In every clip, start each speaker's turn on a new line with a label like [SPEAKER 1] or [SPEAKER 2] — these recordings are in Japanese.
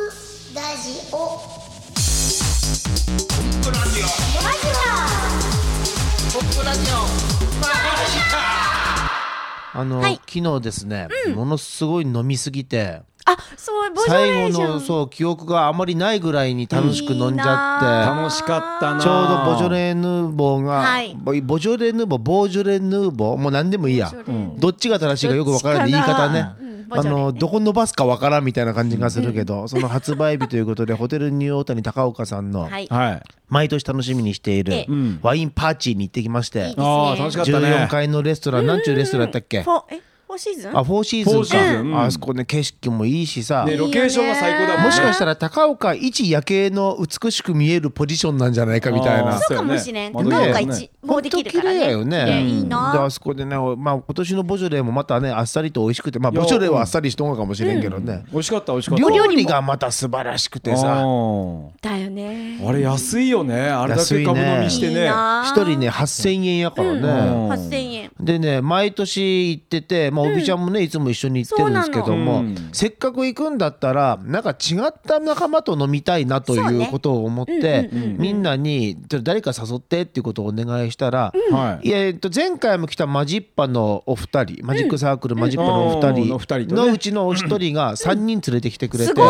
[SPEAKER 1] ラジオ
[SPEAKER 2] ポップラジオ
[SPEAKER 1] ラジ
[SPEAKER 2] ポップラジオ
[SPEAKER 3] あの、
[SPEAKER 4] はい
[SPEAKER 3] 昨日ですね、ものすごい飲みすぎて
[SPEAKER 4] あ、そう、ボジョレ
[SPEAKER 3] 最
[SPEAKER 4] ー
[SPEAKER 3] 後
[SPEAKER 4] じゃ
[SPEAKER 3] の
[SPEAKER 4] ん。
[SPEAKER 3] そう記憶があまりないぐらいに楽しく飲んじゃって
[SPEAKER 5] 楽しかったな
[SPEAKER 3] ちょうどボジョレ・ヌーボーが、
[SPEAKER 4] はい
[SPEAKER 3] ボボジョレ・ヌーボーボージョレ・ヌーボーもう何でもいいや、どっちが正しいかよく分からない言い方ね、
[SPEAKER 4] うんボ
[SPEAKER 3] あ
[SPEAKER 4] ジョレ
[SPEAKER 3] のどこ伸ばすか分からんみたいな感じがするけど、その発売日ということでホテルニューオータニ高岡さんの
[SPEAKER 4] はい。
[SPEAKER 5] はい
[SPEAKER 3] 毎年楽しみにしている
[SPEAKER 4] ええ
[SPEAKER 5] ん
[SPEAKER 3] ワインパーチーに行ってきまして、
[SPEAKER 4] いいですね
[SPEAKER 5] ああ楽しかった
[SPEAKER 3] 14
[SPEAKER 5] ね
[SPEAKER 3] 階のレストラン何ちゅうレストランだったっけ
[SPEAKER 4] フォ、え、フォーシーズン
[SPEAKER 3] あ、フォーシーズンか
[SPEAKER 5] フォーシーズン
[SPEAKER 3] ああそこね景色もいいしさ、
[SPEAKER 5] ねロケーションが最高だもんね
[SPEAKER 3] もしかしたら高岡一夜景の美しく見えるポジションなんじゃないかみたい
[SPEAKER 5] あ
[SPEAKER 3] な
[SPEAKER 5] ー。
[SPEAKER 4] そうかもしれん。
[SPEAKER 5] そうよね
[SPEAKER 4] 高
[SPEAKER 5] 窓
[SPEAKER 4] 岡一
[SPEAKER 5] ね
[SPEAKER 4] 望できるか
[SPEAKER 3] 本当綺麗
[SPEAKER 4] ら
[SPEAKER 3] だ
[SPEAKER 4] ね。
[SPEAKER 3] よね。
[SPEAKER 4] いい
[SPEAKER 3] であ
[SPEAKER 4] な。
[SPEAKER 3] そこでね、まあ今年のボジョレーもまたねあっさりと美味しくて、まあボジョレーはあっさりしとんかもしれんけどね。
[SPEAKER 5] 美味しかった美味しかった
[SPEAKER 3] 料理がまた素晴らしくて
[SPEAKER 5] あ
[SPEAKER 3] さ、
[SPEAKER 5] ー
[SPEAKER 4] だよね。
[SPEAKER 5] あれ安いよねあれだ
[SPEAKER 3] 安い
[SPEAKER 5] け
[SPEAKER 3] ね
[SPEAKER 5] 株飲みして
[SPEAKER 4] いい
[SPEAKER 5] ね
[SPEAKER 4] な
[SPEAKER 3] 一人ね8000円やからね。
[SPEAKER 5] うん
[SPEAKER 4] 八千円。
[SPEAKER 3] でね毎年行ってて、まあ、おびちゃんもね、いつも一緒に行ってるんですけども、
[SPEAKER 5] そうなのうん
[SPEAKER 3] せっかく行くんだったらなんか違った仲間と飲みたいなと
[SPEAKER 4] そう
[SPEAKER 3] いう
[SPEAKER 4] ね
[SPEAKER 3] ことを思って、みんなにちょっと誰か誘ってっていうことをお願いしたら、
[SPEAKER 5] はい
[SPEAKER 3] いやえっと、前回も来たマジッパのお二人マジックサークルマジッパのお
[SPEAKER 5] うん
[SPEAKER 3] 二
[SPEAKER 5] お二
[SPEAKER 3] 人
[SPEAKER 5] 人とね
[SPEAKER 3] のうちのお一人が3人連れてきてくれて、
[SPEAKER 4] すごい。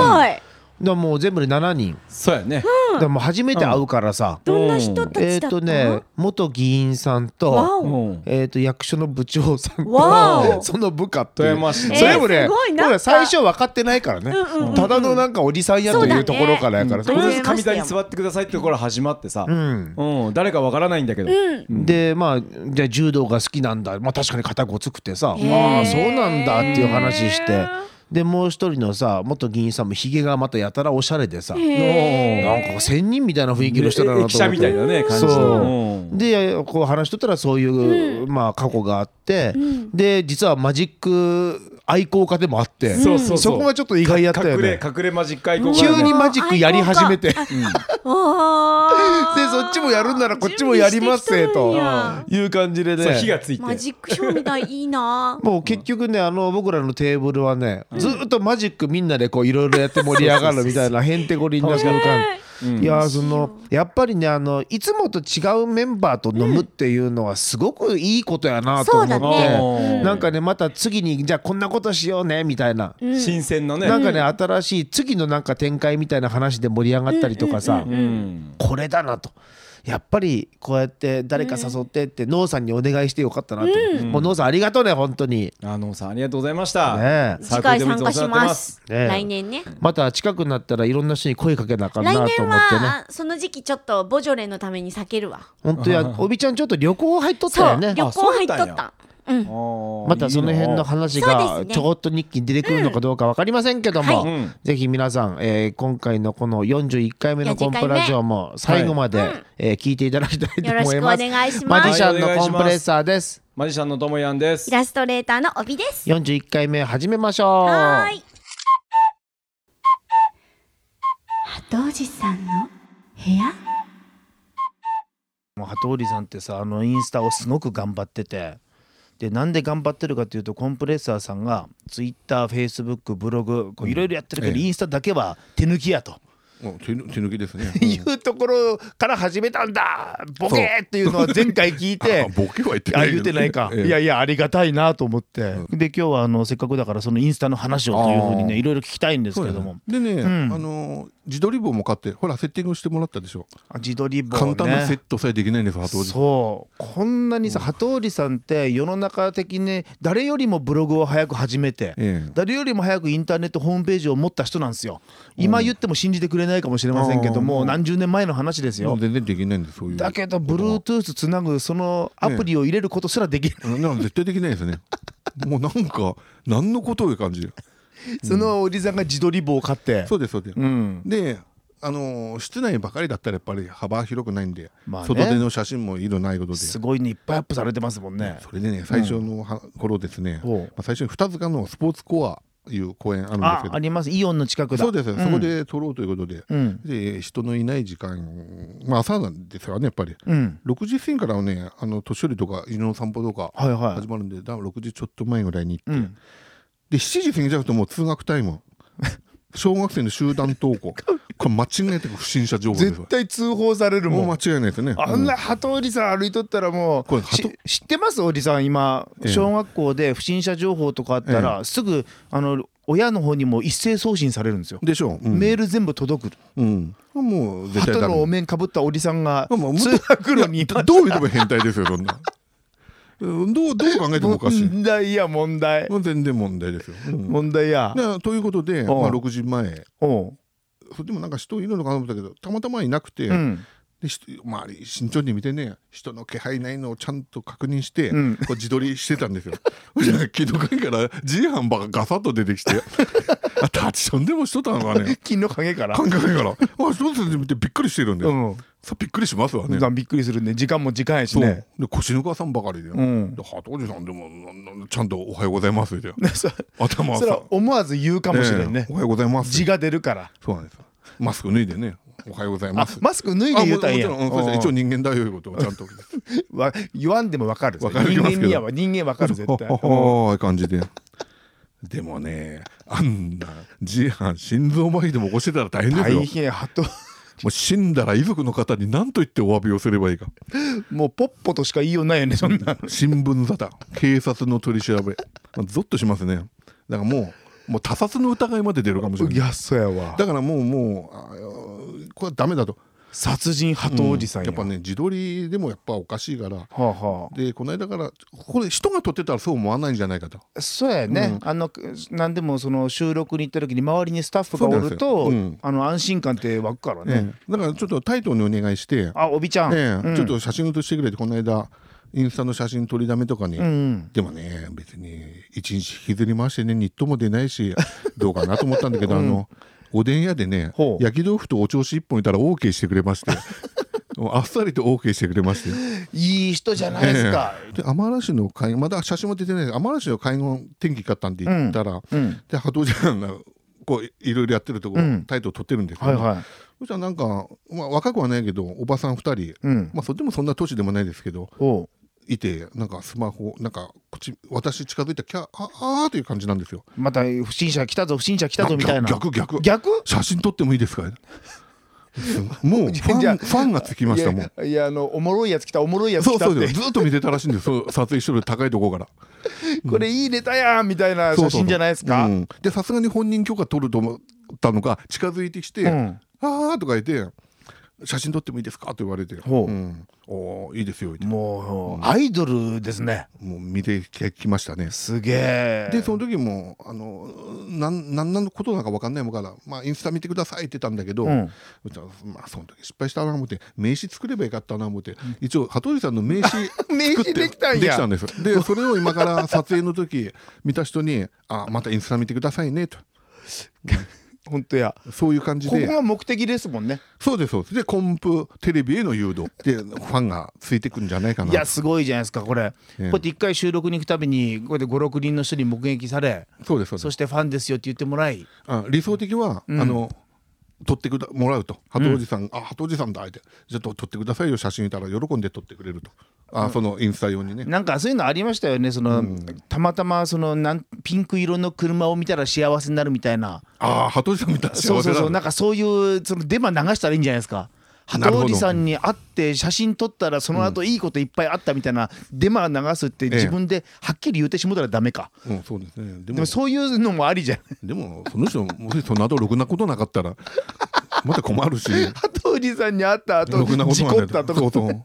[SPEAKER 3] だからもう全部で7人、
[SPEAKER 5] そうやね
[SPEAKER 3] だからもう初めて会うからさ、
[SPEAKER 4] どんな人た
[SPEAKER 3] え
[SPEAKER 4] ち
[SPEAKER 3] っ
[SPEAKER 4] だった
[SPEAKER 3] とね元議員さんと。
[SPEAKER 4] わ
[SPEAKER 5] う
[SPEAKER 4] お。
[SPEAKER 5] ん
[SPEAKER 3] えー、と役所の部長さん
[SPEAKER 4] わ
[SPEAKER 3] と
[SPEAKER 4] お
[SPEAKER 3] その部下っていう
[SPEAKER 5] 富山市の
[SPEAKER 3] それも
[SPEAKER 4] えー
[SPEAKER 3] ね
[SPEAKER 4] すごいなんか
[SPEAKER 3] 僕ら最初分かってないからね、ただのなんかおじさんやと
[SPEAKER 4] そうだ
[SPEAKER 3] いう
[SPEAKER 4] ね
[SPEAKER 3] ところからやから
[SPEAKER 5] とりあえず
[SPEAKER 4] 初めまし
[SPEAKER 5] 神
[SPEAKER 4] て
[SPEAKER 5] 田
[SPEAKER 4] やも
[SPEAKER 5] に
[SPEAKER 4] ん
[SPEAKER 5] 座ってくださいってところ始まってさ
[SPEAKER 3] うん
[SPEAKER 5] うん誰かわからないんだけど
[SPEAKER 3] でまあじゃあ柔道が好きなんだ、まあ、確かに肩ごつくてさ、
[SPEAKER 4] へ
[SPEAKER 3] あ
[SPEAKER 4] ー
[SPEAKER 3] あそうなんだっていう話してでもう一人のさ元議員さんもひげがまたやたらおしゃれでさなんか仙人みたいな雰囲気の人だなと思っ
[SPEAKER 5] 駅舎
[SPEAKER 3] て
[SPEAKER 5] みたいなね感
[SPEAKER 3] そ
[SPEAKER 5] じ
[SPEAKER 3] う
[SPEAKER 5] のうん
[SPEAKER 3] でこう話しとったらそういう、まあ、過去があって、で実はマジック愛好家でもあって
[SPEAKER 5] そうそうそう
[SPEAKER 3] こがちょっと意外やったよ
[SPEAKER 5] 隠れ
[SPEAKER 3] ね
[SPEAKER 5] 隠れマジック愛好家だね
[SPEAKER 3] 急にマジックやり始めてで
[SPEAKER 4] ああ。
[SPEAKER 3] そっちもやるんならこっちもやりますせと
[SPEAKER 4] 準
[SPEAKER 3] いう感じで
[SPEAKER 5] そう火が
[SPEAKER 3] ね。
[SPEAKER 5] ついて
[SPEAKER 4] マジックショーみたいいいな
[SPEAKER 3] もう結局ねあの僕らのテーブルはね、ずーっとマジックみんなでこういろいろやって盛り上がるみたいなへんてこりんな空間。いやーそのやっぱりねあのいつもと違うメンバーと飲むっていうのはすごくいいことやなと思って、
[SPEAKER 4] そうだ
[SPEAKER 5] ねうん
[SPEAKER 3] なんかねまた次にじゃあこんなことしようねみたいな、
[SPEAKER 5] 新鮮なね
[SPEAKER 3] なんかね新しい次のなんか展開みたいな話で盛り上がったりとかさ、
[SPEAKER 5] うん
[SPEAKER 3] これだなと。やっぱりこうやって誰か誘ってってノーさんにお願いしてよかったなと、もうノーさんありがとうね本当に
[SPEAKER 5] あのさんありがとうございました
[SPEAKER 3] ねえ
[SPEAKER 5] サー
[SPEAKER 4] 次
[SPEAKER 5] クル
[SPEAKER 4] 回
[SPEAKER 5] でもい
[SPEAKER 4] 参
[SPEAKER 5] つもお世話になって
[SPEAKER 4] 加しま
[SPEAKER 5] ます
[SPEAKER 4] す。来年ね。
[SPEAKER 3] また近くなったらいろんな人に声かけなあかんな
[SPEAKER 4] 来
[SPEAKER 3] と思っ
[SPEAKER 4] 年
[SPEAKER 3] てね
[SPEAKER 4] はあその時期ちょっとボジョレーのために避けるわ。
[SPEAKER 3] 本当やおびちゃんちょっと旅行入っとっ
[SPEAKER 4] そ
[SPEAKER 3] たよ
[SPEAKER 4] う
[SPEAKER 3] ね
[SPEAKER 4] 旅行入っと
[SPEAKER 5] あそうやっ
[SPEAKER 4] っ
[SPEAKER 5] たん
[SPEAKER 4] た
[SPEAKER 5] や。
[SPEAKER 4] うん。
[SPEAKER 3] またその辺の話
[SPEAKER 4] そう
[SPEAKER 3] が
[SPEAKER 4] ですね
[SPEAKER 3] ちょこっと日記に出てくるのかどうか分かりませんけども、
[SPEAKER 5] いうん
[SPEAKER 3] ぜひ皆さん、えー今回のこの41回目のコンプラジオも最後まで、えー聞いていただきたいと思います。
[SPEAKER 4] よろしくお願いします
[SPEAKER 3] マジシャンのコンプレッサーです。
[SPEAKER 5] マジシャンのともやんです
[SPEAKER 4] イラストレーターの帯です。
[SPEAKER 3] 41回目始めましょう。
[SPEAKER 4] はーい。鳩おじさんの部屋。
[SPEAKER 3] もう鳩織さんってさあのインスタをすごく頑張っててでなんで頑張ってるかというとコンプレッサーさんがツイッターフェイスブックブログこういろいろやってるけど、
[SPEAKER 6] ええ
[SPEAKER 3] インスタだけは手抜きやと。
[SPEAKER 6] もう手ぬ手抜きで すね。
[SPEAKER 3] いうところから始めたんだボケーっていうのは前回聞いて
[SPEAKER 6] あボケは言ってな
[SPEAKER 3] あ
[SPEAKER 6] いけ
[SPEAKER 3] 言
[SPEAKER 6] ど
[SPEAKER 3] ってないか、
[SPEAKER 6] ええ
[SPEAKER 3] いやいやありがたいなと思って、で今日はあのせっかくだからそのインスタの話をというふうに
[SPEAKER 6] あ
[SPEAKER 3] ね
[SPEAKER 6] ー
[SPEAKER 3] いろいろ聞きたいんです
[SPEAKER 6] そう
[SPEAKER 3] け
[SPEAKER 6] や
[SPEAKER 3] ども、
[SPEAKER 6] ねでね、
[SPEAKER 3] ん
[SPEAKER 6] あのー自撮り棒も買って、ほらセッティングしてもらったでしょ。
[SPEAKER 3] 自撮り棒ね
[SPEAKER 6] 簡単なセットさえできないんです、鳩織。
[SPEAKER 3] そうこんなにさ鳩織さんって世の中的に誰よりもブログを早く始めて、
[SPEAKER 6] ええ
[SPEAKER 3] 誰よりも早くインターネットホームページを持った人なんですよ今言っても信じてくれないかもしれませんけども何十年前の話です
[SPEAKER 6] も
[SPEAKER 3] よ
[SPEAKER 6] う全然できないんですそういう。
[SPEAKER 3] だけど Bluetooth つなぐそのアプリを入れることすらできない
[SPEAKER 6] うんなんか絶対できないで すね。もうなんか何のことをいう感じ。
[SPEAKER 3] そのおじさんが自撮り棒を買って
[SPEAKER 6] そうですそうです。
[SPEAKER 3] ん
[SPEAKER 6] で。あのー室内ばかりだったらやっぱり幅広くないんで、
[SPEAKER 3] まあね
[SPEAKER 6] 外での写真も色ないことです
[SPEAKER 3] ごいねいっぱいアップされてますもんね
[SPEAKER 6] それでね最初のは頃ですね、
[SPEAKER 3] おう
[SPEAKER 6] まあ、最初に二塚のスポーツコアいう公園あるんです
[SPEAKER 3] あ
[SPEAKER 6] けど
[SPEAKER 3] ありますイオンの近くだ
[SPEAKER 6] そうです、
[SPEAKER 3] ん
[SPEAKER 6] そこで撮ろうということで,、
[SPEAKER 3] ん
[SPEAKER 6] で人のいない時間、まあ、朝なんですよねやっぱり、
[SPEAKER 3] うん
[SPEAKER 6] 6時過ぎからはねあの年寄りとか犬の散歩とか
[SPEAKER 3] はいはい
[SPEAKER 6] 始まるんで、だから6時ちょっと前ぐらいに行って、
[SPEAKER 3] ん
[SPEAKER 6] で7時過ぎちゃうともう通学タイム小学生の集団登校これ間違えて不審者情報です
[SPEAKER 7] 絶
[SPEAKER 6] よ
[SPEAKER 7] 対通報されるも
[SPEAKER 6] も
[SPEAKER 7] ん
[SPEAKER 6] う間違いないですね
[SPEAKER 3] あんな鳩おじさん歩いとったらもう
[SPEAKER 6] これ鳩
[SPEAKER 3] し知ってますおじさん今
[SPEAKER 6] ええ
[SPEAKER 3] 小学校で不審者情報とかあったらすぐあの親の方にも一斉送信されるんですよ
[SPEAKER 6] うんでしょう、うん
[SPEAKER 3] メール全部届く
[SPEAKER 6] うんもう絶対
[SPEAKER 3] 鳩
[SPEAKER 6] ダメ
[SPEAKER 3] のお面かぶったおじさんが
[SPEAKER 6] もうもっと
[SPEAKER 3] 通学路にい
[SPEAKER 6] いやどう見ても変態ですよそんなうんどうどう考えてもおかしい
[SPEAKER 3] 問題や問題
[SPEAKER 6] もう全然問題ですよ、うん
[SPEAKER 3] 問題や
[SPEAKER 6] でということで、ま
[SPEAKER 3] おう
[SPEAKER 6] あ、6時前
[SPEAKER 3] おう
[SPEAKER 6] それでもなんか人いるのかなと思ったけどたまたまいなくて、
[SPEAKER 3] うん
[SPEAKER 6] で人周り慎重に見てね人の気配ないのをちゃんと確認して、
[SPEAKER 3] うん
[SPEAKER 6] こう自撮りしてたんですよ。 じゃあ木戸君から G 班ばがガサッと出てきてあ立ちションでもしとったのかね
[SPEAKER 3] 金の影から
[SPEAKER 6] 感覚ないからあそうですね見てびっくりしてるんで、
[SPEAKER 3] うん
[SPEAKER 6] そうびっくりしますわね。
[SPEAKER 3] 普段びっくりするね時間も時間やし
[SPEAKER 6] そう
[SPEAKER 3] ね
[SPEAKER 6] で腰の川さんばかりで、
[SPEAKER 3] ん
[SPEAKER 6] で鳩おじさんでもななちゃんと「おはようございます」みたい
[SPEAKER 3] そ
[SPEAKER 6] な頭は
[SPEAKER 3] それは思わず言うかもしれんね
[SPEAKER 6] ええおはようございます」
[SPEAKER 3] 字が出るから
[SPEAKER 6] そうなんですよマスク脱いでね「おはようございま
[SPEAKER 3] あ
[SPEAKER 6] す」
[SPEAKER 3] マスク脱いで言うたんや
[SPEAKER 6] あももちろんうんそうです一応
[SPEAKER 3] うん
[SPEAKER 6] 人間だよいうことをちゃんと
[SPEAKER 3] わ言わんでもわかる
[SPEAKER 6] わかる
[SPEAKER 3] 人間
[SPEAKER 6] わかりますけど
[SPEAKER 3] には人間わかる絶対
[SPEAKER 6] あああい感じででもねあんな自販心臓麻痺でも起こしてたら大変ですよ
[SPEAKER 3] 大変ハト
[SPEAKER 6] もう死んだら遺族の方に何と言ってお詫びをすればいいか
[SPEAKER 3] もうポッポとしか言いようないよねそんな
[SPEAKER 6] 新聞沙汰警察の取り調べゾッとしますねだからもうもう他殺の疑いまで出るかもしれ
[SPEAKER 3] い
[SPEAKER 6] ない
[SPEAKER 3] やそうやわ
[SPEAKER 6] だからもうもうあーこれはダメだと
[SPEAKER 3] 殺人ハトおじさん
[SPEAKER 6] やっぱね自撮りでもやっぱおかしいから
[SPEAKER 3] はあは
[SPEAKER 6] でこの間からこれ人が撮ってたらそう思わないんじゃないかと
[SPEAKER 3] あそうやねあの何でもその収録に行った時に周りにスタッフがおる
[SPEAKER 6] そ
[SPEAKER 3] と
[SPEAKER 6] うなんですようん
[SPEAKER 3] あの安心感って湧くからね
[SPEAKER 6] ね、だからちょっとタイトルにお願いして、
[SPEAKER 3] あおびちゃん
[SPEAKER 6] ね
[SPEAKER 3] うん
[SPEAKER 6] ちょっと写真写してくれてこの間インスタの写真撮りだめとかに、
[SPEAKER 3] うん
[SPEAKER 6] でもね別に一日引きずり回してねニットも出な いしどうかなと思ったんだけど、あのおでん屋でね
[SPEAKER 3] ほう
[SPEAKER 6] 焼き豆腐とお調子一本いたら OK してくれま してもうあっさりと OK してくれまして
[SPEAKER 3] いい人じゃないですか
[SPEAKER 6] で天嵐の海まだ写真も出てない天嵐の海岸天気買ったんで行ったら、
[SPEAKER 3] うん
[SPEAKER 6] で鳩ちゃんがこういいろいろやってるとこ、
[SPEAKER 3] うん
[SPEAKER 6] タイトル撮ってるんですけ
[SPEAKER 3] は
[SPEAKER 6] ど
[SPEAKER 3] いはい
[SPEAKER 6] そしたらなんか、まあ、若くはないけどおばさん2人、
[SPEAKER 3] うん
[SPEAKER 6] まあそれでもそんな年でもないですけど
[SPEAKER 3] おう
[SPEAKER 6] いてなんかスマホなんかこっち私近づいたらキャーああーという感じなんですよ。
[SPEAKER 3] また不審者来たぞ不審者来たぞみたいな
[SPEAKER 6] 逆逆
[SPEAKER 3] 逆
[SPEAKER 6] 写真撮ってもい いですかもうフ
[SPEAKER 3] い
[SPEAKER 6] ァ
[SPEAKER 3] や
[SPEAKER 6] ンファンがつきましたもん。
[SPEAKER 3] いやいやあのおもろいやつ来たおもろいやつ
[SPEAKER 6] そう
[SPEAKER 3] 来た
[SPEAKER 6] そ
[SPEAKER 3] っ
[SPEAKER 6] うで
[SPEAKER 3] て
[SPEAKER 6] すずっと見てたらしいんですそう撮影しとる高いところから
[SPEAKER 3] これいいネタやんみたいな写
[SPEAKER 6] そうそうそう
[SPEAKER 3] 真じゃないですか
[SPEAKER 6] うんでさすがに本人許可取ると思ったのか近づいてきて
[SPEAKER 3] う
[SPEAKER 6] 「
[SPEAKER 3] ん
[SPEAKER 6] ああ」とか言って「写真撮ってもいいですか?」と言われて「、
[SPEAKER 3] ほうん
[SPEAKER 6] おーいいですよ」言って
[SPEAKER 3] もうアイドルですね
[SPEAKER 6] もう見てきましたね。
[SPEAKER 3] すげえ
[SPEAKER 6] でその時もあのなんなんなのことなんか分かんないもんから、まあ、インスタ見てくださいって言ったんだけど、
[SPEAKER 3] うん
[SPEAKER 6] うちはまあ、その時失敗したな思って名刺作ればよかったな思って、一応羽鳥さんの名刺作っ て
[SPEAKER 3] 名刺できたんや
[SPEAKER 6] できたんですでそれを今から撮影の時見た人に「あまたインスタ見てくださいね」と
[SPEAKER 3] 本当や
[SPEAKER 6] そういう感じ
[SPEAKER 3] ここ
[SPEAKER 6] で
[SPEAKER 3] が目的ですもんね
[SPEAKER 6] そうですそうですでコンプテレビへの誘導でファンがついてくんじゃないかない
[SPEAKER 3] やすごいじゃないですかこれ、
[SPEAKER 6] ええ
[SPEAKER 3] こうやって一回収録に行くたびにこうやって56人の人に目撃され
[SPEAKER 6] そうですそうです
[SPEAKER 3] そしてファンですよって言ってもらい
[SPEAKER 6] あ理想的は、あの取ってくだもらうと鳩おじさん、あ鳩おじさんだってちょっと撮ってくださいよ写真いたら喜んで撮ってくれるとあ、そのインスタ用にね
[SPEAKER 3] なんかそういうのありましたよねその、たまたまそのなんピンク色の車を見たら幸せになるみたいな
[SPEAKER 6] ああ鳩おじさんみたいな
[SPEAKER 3] そうそ
[SPEAKER 6] 幸せ
[SPEAKER 3] う
[SPEAKER 6] だ
[SPEAKER 3] そう
[SPEAKER 6] な
[SPEAKER 3] なんかそういうそのデマ流したらいいんじゃないですか
[SPEAKER 6] なる
[SPEAKER 3] 鳩
[SPEAKER 6] ほど
[SPEAKER 3] 織さんに会って写真撮ったらその後いいこといっぱいあったみたいなデマ流すって
[SPEAKER 6] え
[SPEAKER 3] 自分ではっきり言ってしもたらダメか
[SPEAKER 6] うんそうですねで
[SPEAKER 3] で
[SPEAKER 6] も
[SPEAKER 3] もそういうのもありじゃん
[SPEAKER 6] でもその人もしその後ろくなことなかったらまた困 るし
[SPEAKER 3] 鳩織さんに会った後
[SPEAKER 6] ろくなこと
[SPEAKER 3] 事
[SPEAKER 6] なん
[SPEAKER 3] 故
[SPEAKER 6] だ
[SPEAKER 3] ったと
[SPEAKER 6] そう
[SPEAKER 3] こ
[SPEAKER 6] そう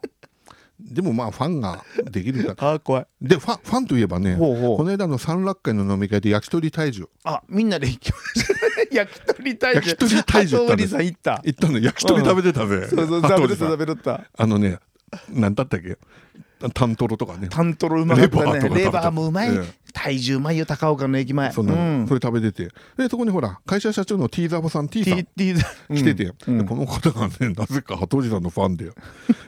[SPEAKER 6] でもまあファンができるから
[SPEAKER 3] あー怖い
[SPEAKER 6] でファンファンといえばね
[SPEAKER 3] ほうほう
[SPEAKER 6] この間の三楽会の飲み会で焼き鳥大樹
[SPEAKER 3] あみんなで行きました 焼き鳥大樹
[SPEAKER 6] 焼き鳥大樹行
[SPEAKER 3] 鳩
[SPEAKER 6] ったんで
[SPEAKER 3] 織
[SPEAKER 6] す
[SPEAKER 3] さん行った
[SPEAKER 6] 行ったの焼き鳥食べてたぜ、
[SPEAKER 3] そうそう
[SPEAKER 6] 鳩
[SPEAKER 3] 食べ
[SPEAKER 6] おじ
[SPEAKER 3] とっ
[SPEAKER 6] さ
[SPEAKER 3] た
[SPEAKER 6] ん
[SPEAKER 3] 食べとった
[SPEAKER 6] あのね、なんだったっけ、タントロとかね、
[SPEAKER 3] タントロうまかった
[SPEAKER 6] レバーとか
[SPEAKER 3] ね
[SPEAKER 6] 食べた
[SPEAKER 3] レバーもうまい
[SPEAKER 6] ええ
[SPEAKER 3] 体重うまいよ高岡の駅前
[SPEAKER 6] そんなのそれ食べてて、でそこにほら、会社社長の T ザボさん、T さん
[SPEAKER 3] T、T だ
[SPEAKER 6] 来てて、でこの方がね、なぜか鳩おじさんのファンで、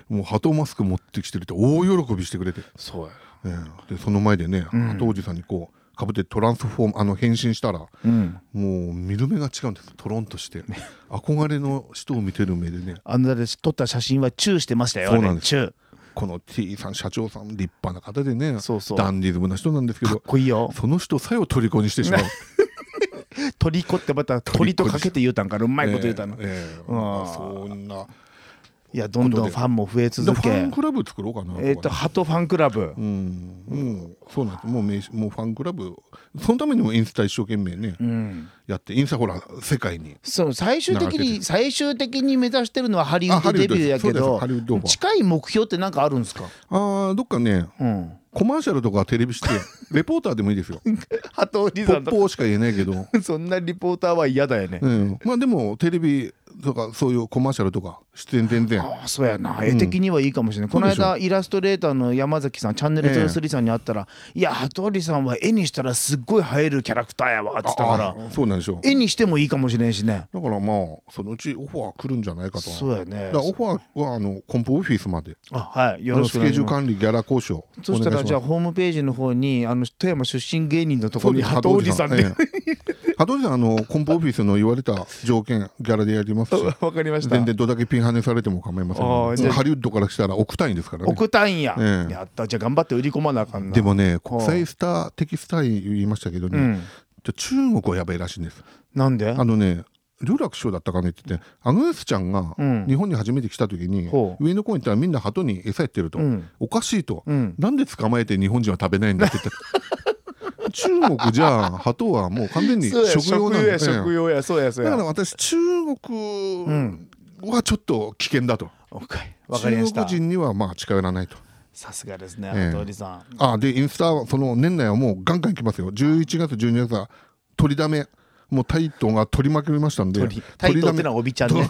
[SPEAKER 6] もう鳩マスク持ってきてるって、大喜びしてくれて、
[SPEAKER 3] そうや
[SPEAKER 6] ええでその前でね、鳩おじさんにこう、かぶってトランスフォーム、あの変身したら、もう見る目が違うんです、トロンとして、憧れの人を見てる目でね、
[SPEAKER 3] あのだって撮った写真はチューしてましたよ。
[SPEAKER 6] そうなんです
[SPEAKER 3] あれチュー
[SPEAKER 6] この T さん、社長さん、立派な方でね、
[SPEAKER 3] そうそう
[SPEAKER 6] ダンディズムな人なんですけ
[SPEAKER 3] か
[SPEAKER 6] ど
[SPEAKER 3] っ、こいいよ。
[SPEAKER 6] その人さえを虜にしてしまう。
[SPEAKER 1] 虜ってまた鳥とかけて言うたんからうまいこと言うたの、
[SPEAKER 6] ええええ
[SPEAKER 1] うん
[SPEAKER 6] まあそんない
[SPEAKER 1] やどんどんファンも増え
[SPEAKER 6] で
[SPEAKER 1] 続
[SPEAKER 6] フ
[SPEAKER 1] け
[SPEAKER 6] ァンクラブ作ろうかな
[SPEAKER 1] えっ、と鳩ファンクラブ、
[SPEAKER 6] うんもうそうなんですもう名刺もうファンクラブそのためにもインスタ一生懸命ね、やってインスタほら世界に
[SPEAKER 1] そう最終的
[SPEAKER 6] 流れて
[SPEAKER 1] に最終的に目指してるのはハリウッ
[SPEAKER 6] あハ
[SPEAKER 1] ド
[SPEAKER 6] リウ
[SPEAKER 1] デ
[SPEAKER 6] ッド
[SPEAKER 1] ビューやけ
[SPEAKER 6] そうで
[SPEAKER 1] ど
[SPEAKER 6] すハリウッドオファー
[SPEAKER 1] 近い目標って何かあるんですか、
[SPEAKER 6] ああどっかね
[SPEAKER 1] うん、
[SPEAKER 6] コマーシャルとかテレビして レポーターでもいいですよ
[SPEAKER 1] 鳩おじ
[SPEAKER 6] ポ
[SPEAKER 1] さん
[SPEAKER 6] ッ
[SPEAKER 1] と
[SPEAKER 6] ポーしか言えないけど、
[SPEAKER 1] そんなリポーターは嫌だよね
[SPEAKER 6] うん、まあでもテレビとかそういうコマーシャルとか出演全然
[SPEAKER 1] ああそうやな絵的にはいいかもしれない、この間イラストレーターの山崎さんチャンネル03さんに会ったら「いや羽鳥さんは絵にしたらすっごい映えるキャラクターやわ」っつったから
[SPEAKER 6] あそうなんでしょう
[SPEAKER 1] 絵にしてもいいかもしれんしね
[SPEAKER 6] だからまあそのうちオファー来るんじゃないかと
[SPEAKER 1] そうやね
[SPEAKER 6] だからオファーはあのコンポオフィスまで
[SPEAKER 1] あはいよろしく
[SPEAKER 6] ス
[SPEAKER 1] お願
[SPEAKER 6] ケ
[SPEAKER 1] い
[SPEAKER 6] ジ
[SPEAKER 1] し
[SPEAKER 6] ュール
[SPEAKER 1] ます
[SPEAKER 6] 管理ギャラ交渉
[SPEAKER 1] そしたらじゃあホームページの方にあの富山出身芸人のところに鳩おじさんで、
[SPEAKER 6] ハトリさん、あの、コンポオフィスの言われた条件、ギャラでやりますし、
[SPEAKER 1] わかりました
[SPEAKER 6] 全然どだけピンハネされても構いません
[SPEAKER 1] あーじゃ
[SPEAKER 6] よ。
[SPEAKER 1] あ
[SPEAKER 6] ハリウッドからしたら億単位ですからね。
[SPEAKER 1] 億単位や、
[SPEAKER 6] ええ
[SPEAKER 1] やったじゃあ頑張って売り込まなあかんな
[SPEAKER 6] でもね、国際スター的スター言いましたけどね、
[SPEAKER 1] うん
[SPEAKER 6] じゃあ中国はやばいらしいんです。
[SPEAKER 1] なんで
[SPEAKER 6] あのね、龍楽師匠だったかねって言って、アグネスちゃんが
[SPEAKER 1] うん
[SPEAKER 6] 日本に初めて来た時に、
[SPEAKER 1] ほう
[SPEAKER 6] 上の公園行ったらみんな鳩に餌やってると、
[SPEAKER 1] うん
[SPEAKER 6] おかしいと、
[SPEAKER 1] うん
[SPEAKER 6] なんで捕まえて日本人は食べないんだって 言って中国じゃあ鳩はもう完全に
[SPEAKER 1] そうや
[SPEAKER 6] 食用なんです
[SPEAKER 1] 食用や食用やそうやそう
[SPEAKER 6] だ
[SPEAKER 1] や
[SPEAKER 6] から私中国はちょっと危険だと、
[SPEAKER 1] おっかいわかりまし
[SPEAKER 6] 中
[SPEAKER 1] た
[SPEAKER 6] 国人にはまあ近寄らないと
[SPEAKER 1] さすがですね
[SPEAKER 6] ええ
[SPEAKER 1] 鳩おじさん、
[SPEAKER 6] あでインスタはその年内はもうガンガン来ますよ11月12月は取りだめもうタイトが取りまくりましたんで
[SPEAKER 1] 鳥タイトってのはおびちゃんね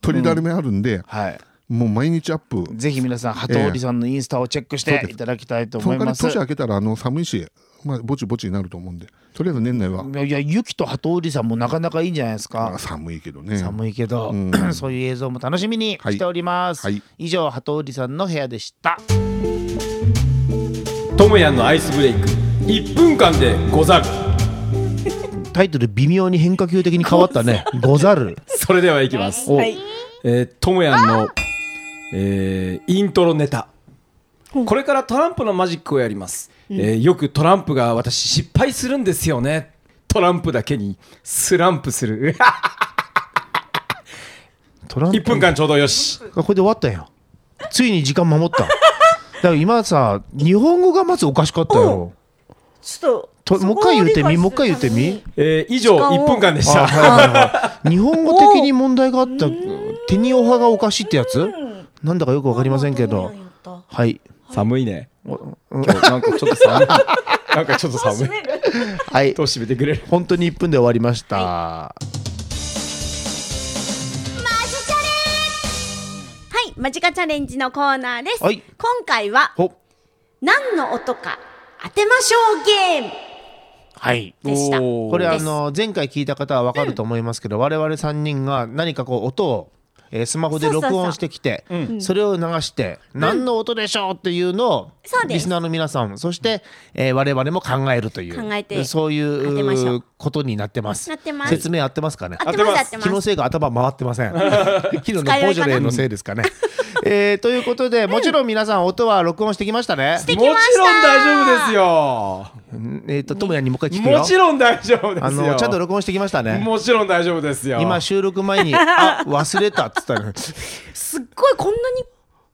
[SPEAKER 6] 取りだめあるんで、
[SPEAKER 1] はい
[SPEAKER 6] もう毎日アップ
[SPEAKER 1] ぜひ皆さん鳩織さんのインスタをチェックしていただきたいと
[SPEAKER 6] そ
[SPEAKER 1] 思
[SPEAKER 6] の
[SPEAKER 1] い
[SPEAKER 6] 代わ
[SPEAKER 1] ま
[SPEAKER 6] り
[SPEAKER 1] す。
[SPEAKER 6] 年明けたらあの寒いし、まあ、ぼちぼちになると思うんでとりあえず年内はい
[SPEAKER 1] やゆきと鳩織さんもなかなかいいんじゃないです
[SPEAKER 6] まあ
[SPEAKER 1] か。
[SPEAKER 6] 寒いけどね
[SPEAKER 1] 寒いけど、
[SPEAKER 6] うん
[SPEAKER 1] そういう映像も楽しみにしております。
[SPEAKER 6] はいはい
[SPEAKER 1] 以上鳩織さんの部屋でした。
[SPEAKER 5] ともやんのアイスブレイク1分間でござる
[SPEAKER 3] タイトル微妙に変化球的に変わったね「ござる
[SPEAKER 5] それではいきます
[SPEAKER 8] はい。
[SPEAKER 5] えーともやんの、えーイントロネタこれからトランプのマジックをやります、えーよくトランプが私失敗するんですよねトランプだけにスランプする
[SPEAKER 3] トランプ
[SPEAKER 5] 1分間ちょうどよし
[SPEAKER 3] あこれで終わったんやついに時間守っただから今さ日本語がまずおかしかったよ
[SPEAKER 8] ちょっ
[SPEAKER 3] と
[SPEAKER 8] と。
[SPEAKER 3] もう一回言ってみもう一回言ってみ
[SPEAKER 5] えー以上
[SPEAKER 8] 時間を
[SPEAKER 5] 1分間でし
[SPEAKER 3] あ
[SPEAKER 5] た
[SPEAKER 3] はいはいはい日本語的に問題があったテニオ派がおかしいってやつなんだかよくわかりませんけどはい
[SPEAKER 5] 寒いね今日なんかちょっ と寒いなんかちょっ と寒い
[SPEAKER 3] はい
[SPEAKER 5] どう閉めてくれる
[SPEAKER 3] 本当に1分で終わりました、
[SPEAKER 8] はい、マジカチャレンジのコーナーです。
[SPEAKER 3] はい
[SPEAKER 8] 今回は
[SPEAKER 3] ほ
[SPEAKER 8] 何の音か当てましょうゲーム
[SPEAKER 3] はい
[SPEAKER 8] でした。
[SPEAKER 5] おー
[SPEAKER 3] これあ
[SPEAKER 8] です
[SPEAKER 3] の前回聞いた方はわかると思いますけど、我々3人が何かこう音を、えースマホで
[SPEAKER 8] そうそうそう
[SPEAKER 3] 録音してきてそれを流して、何の音でしょうっていうのを
[SPEAKER 8] そうです
[SPEAKER 3] リスナーの皆さんそして、えー我々も考えるという
[SPEAKER 8] 考えて
[SPEAKER 3] そうい
[SPEAKER 8] 当てましょ
[SPEAKER 3] う
[SPEAKER 8] う
[SPEAKER 3] ことになってます
[SPEAKER 8] なってます
[SPEAKER 3] 説明合ってますかね
[SPEAKER 8] 当てます当て
[SPEAKER 3] 気の
[SPEAKER 8] ます。
[SPEAKER 3] せいか頭回ってません 昨日のボジョレーのせいですかねえーということでもちろん皆さん音は録音してきましたね、
[SPEAKER 8] てき
[SPEAKER 5] もちろん
[SPEAKER 8] ました
[SPEAKER 5] 大丈夫ですよ
[SPEAKER 3] うんえっ、とともやにもう一回聞くよ
[SPEAKER 5] もちろん大丈夫ですよ
[SPEAKER 3] あのちゃんと録音してきましたね
[SPEAKER 5] もちろん大丈夫ですよ
[SPEAKER 3] 今収録前 に「あ忘れた」っつったの、ね
[SPEAKER 8] すっごいこんなに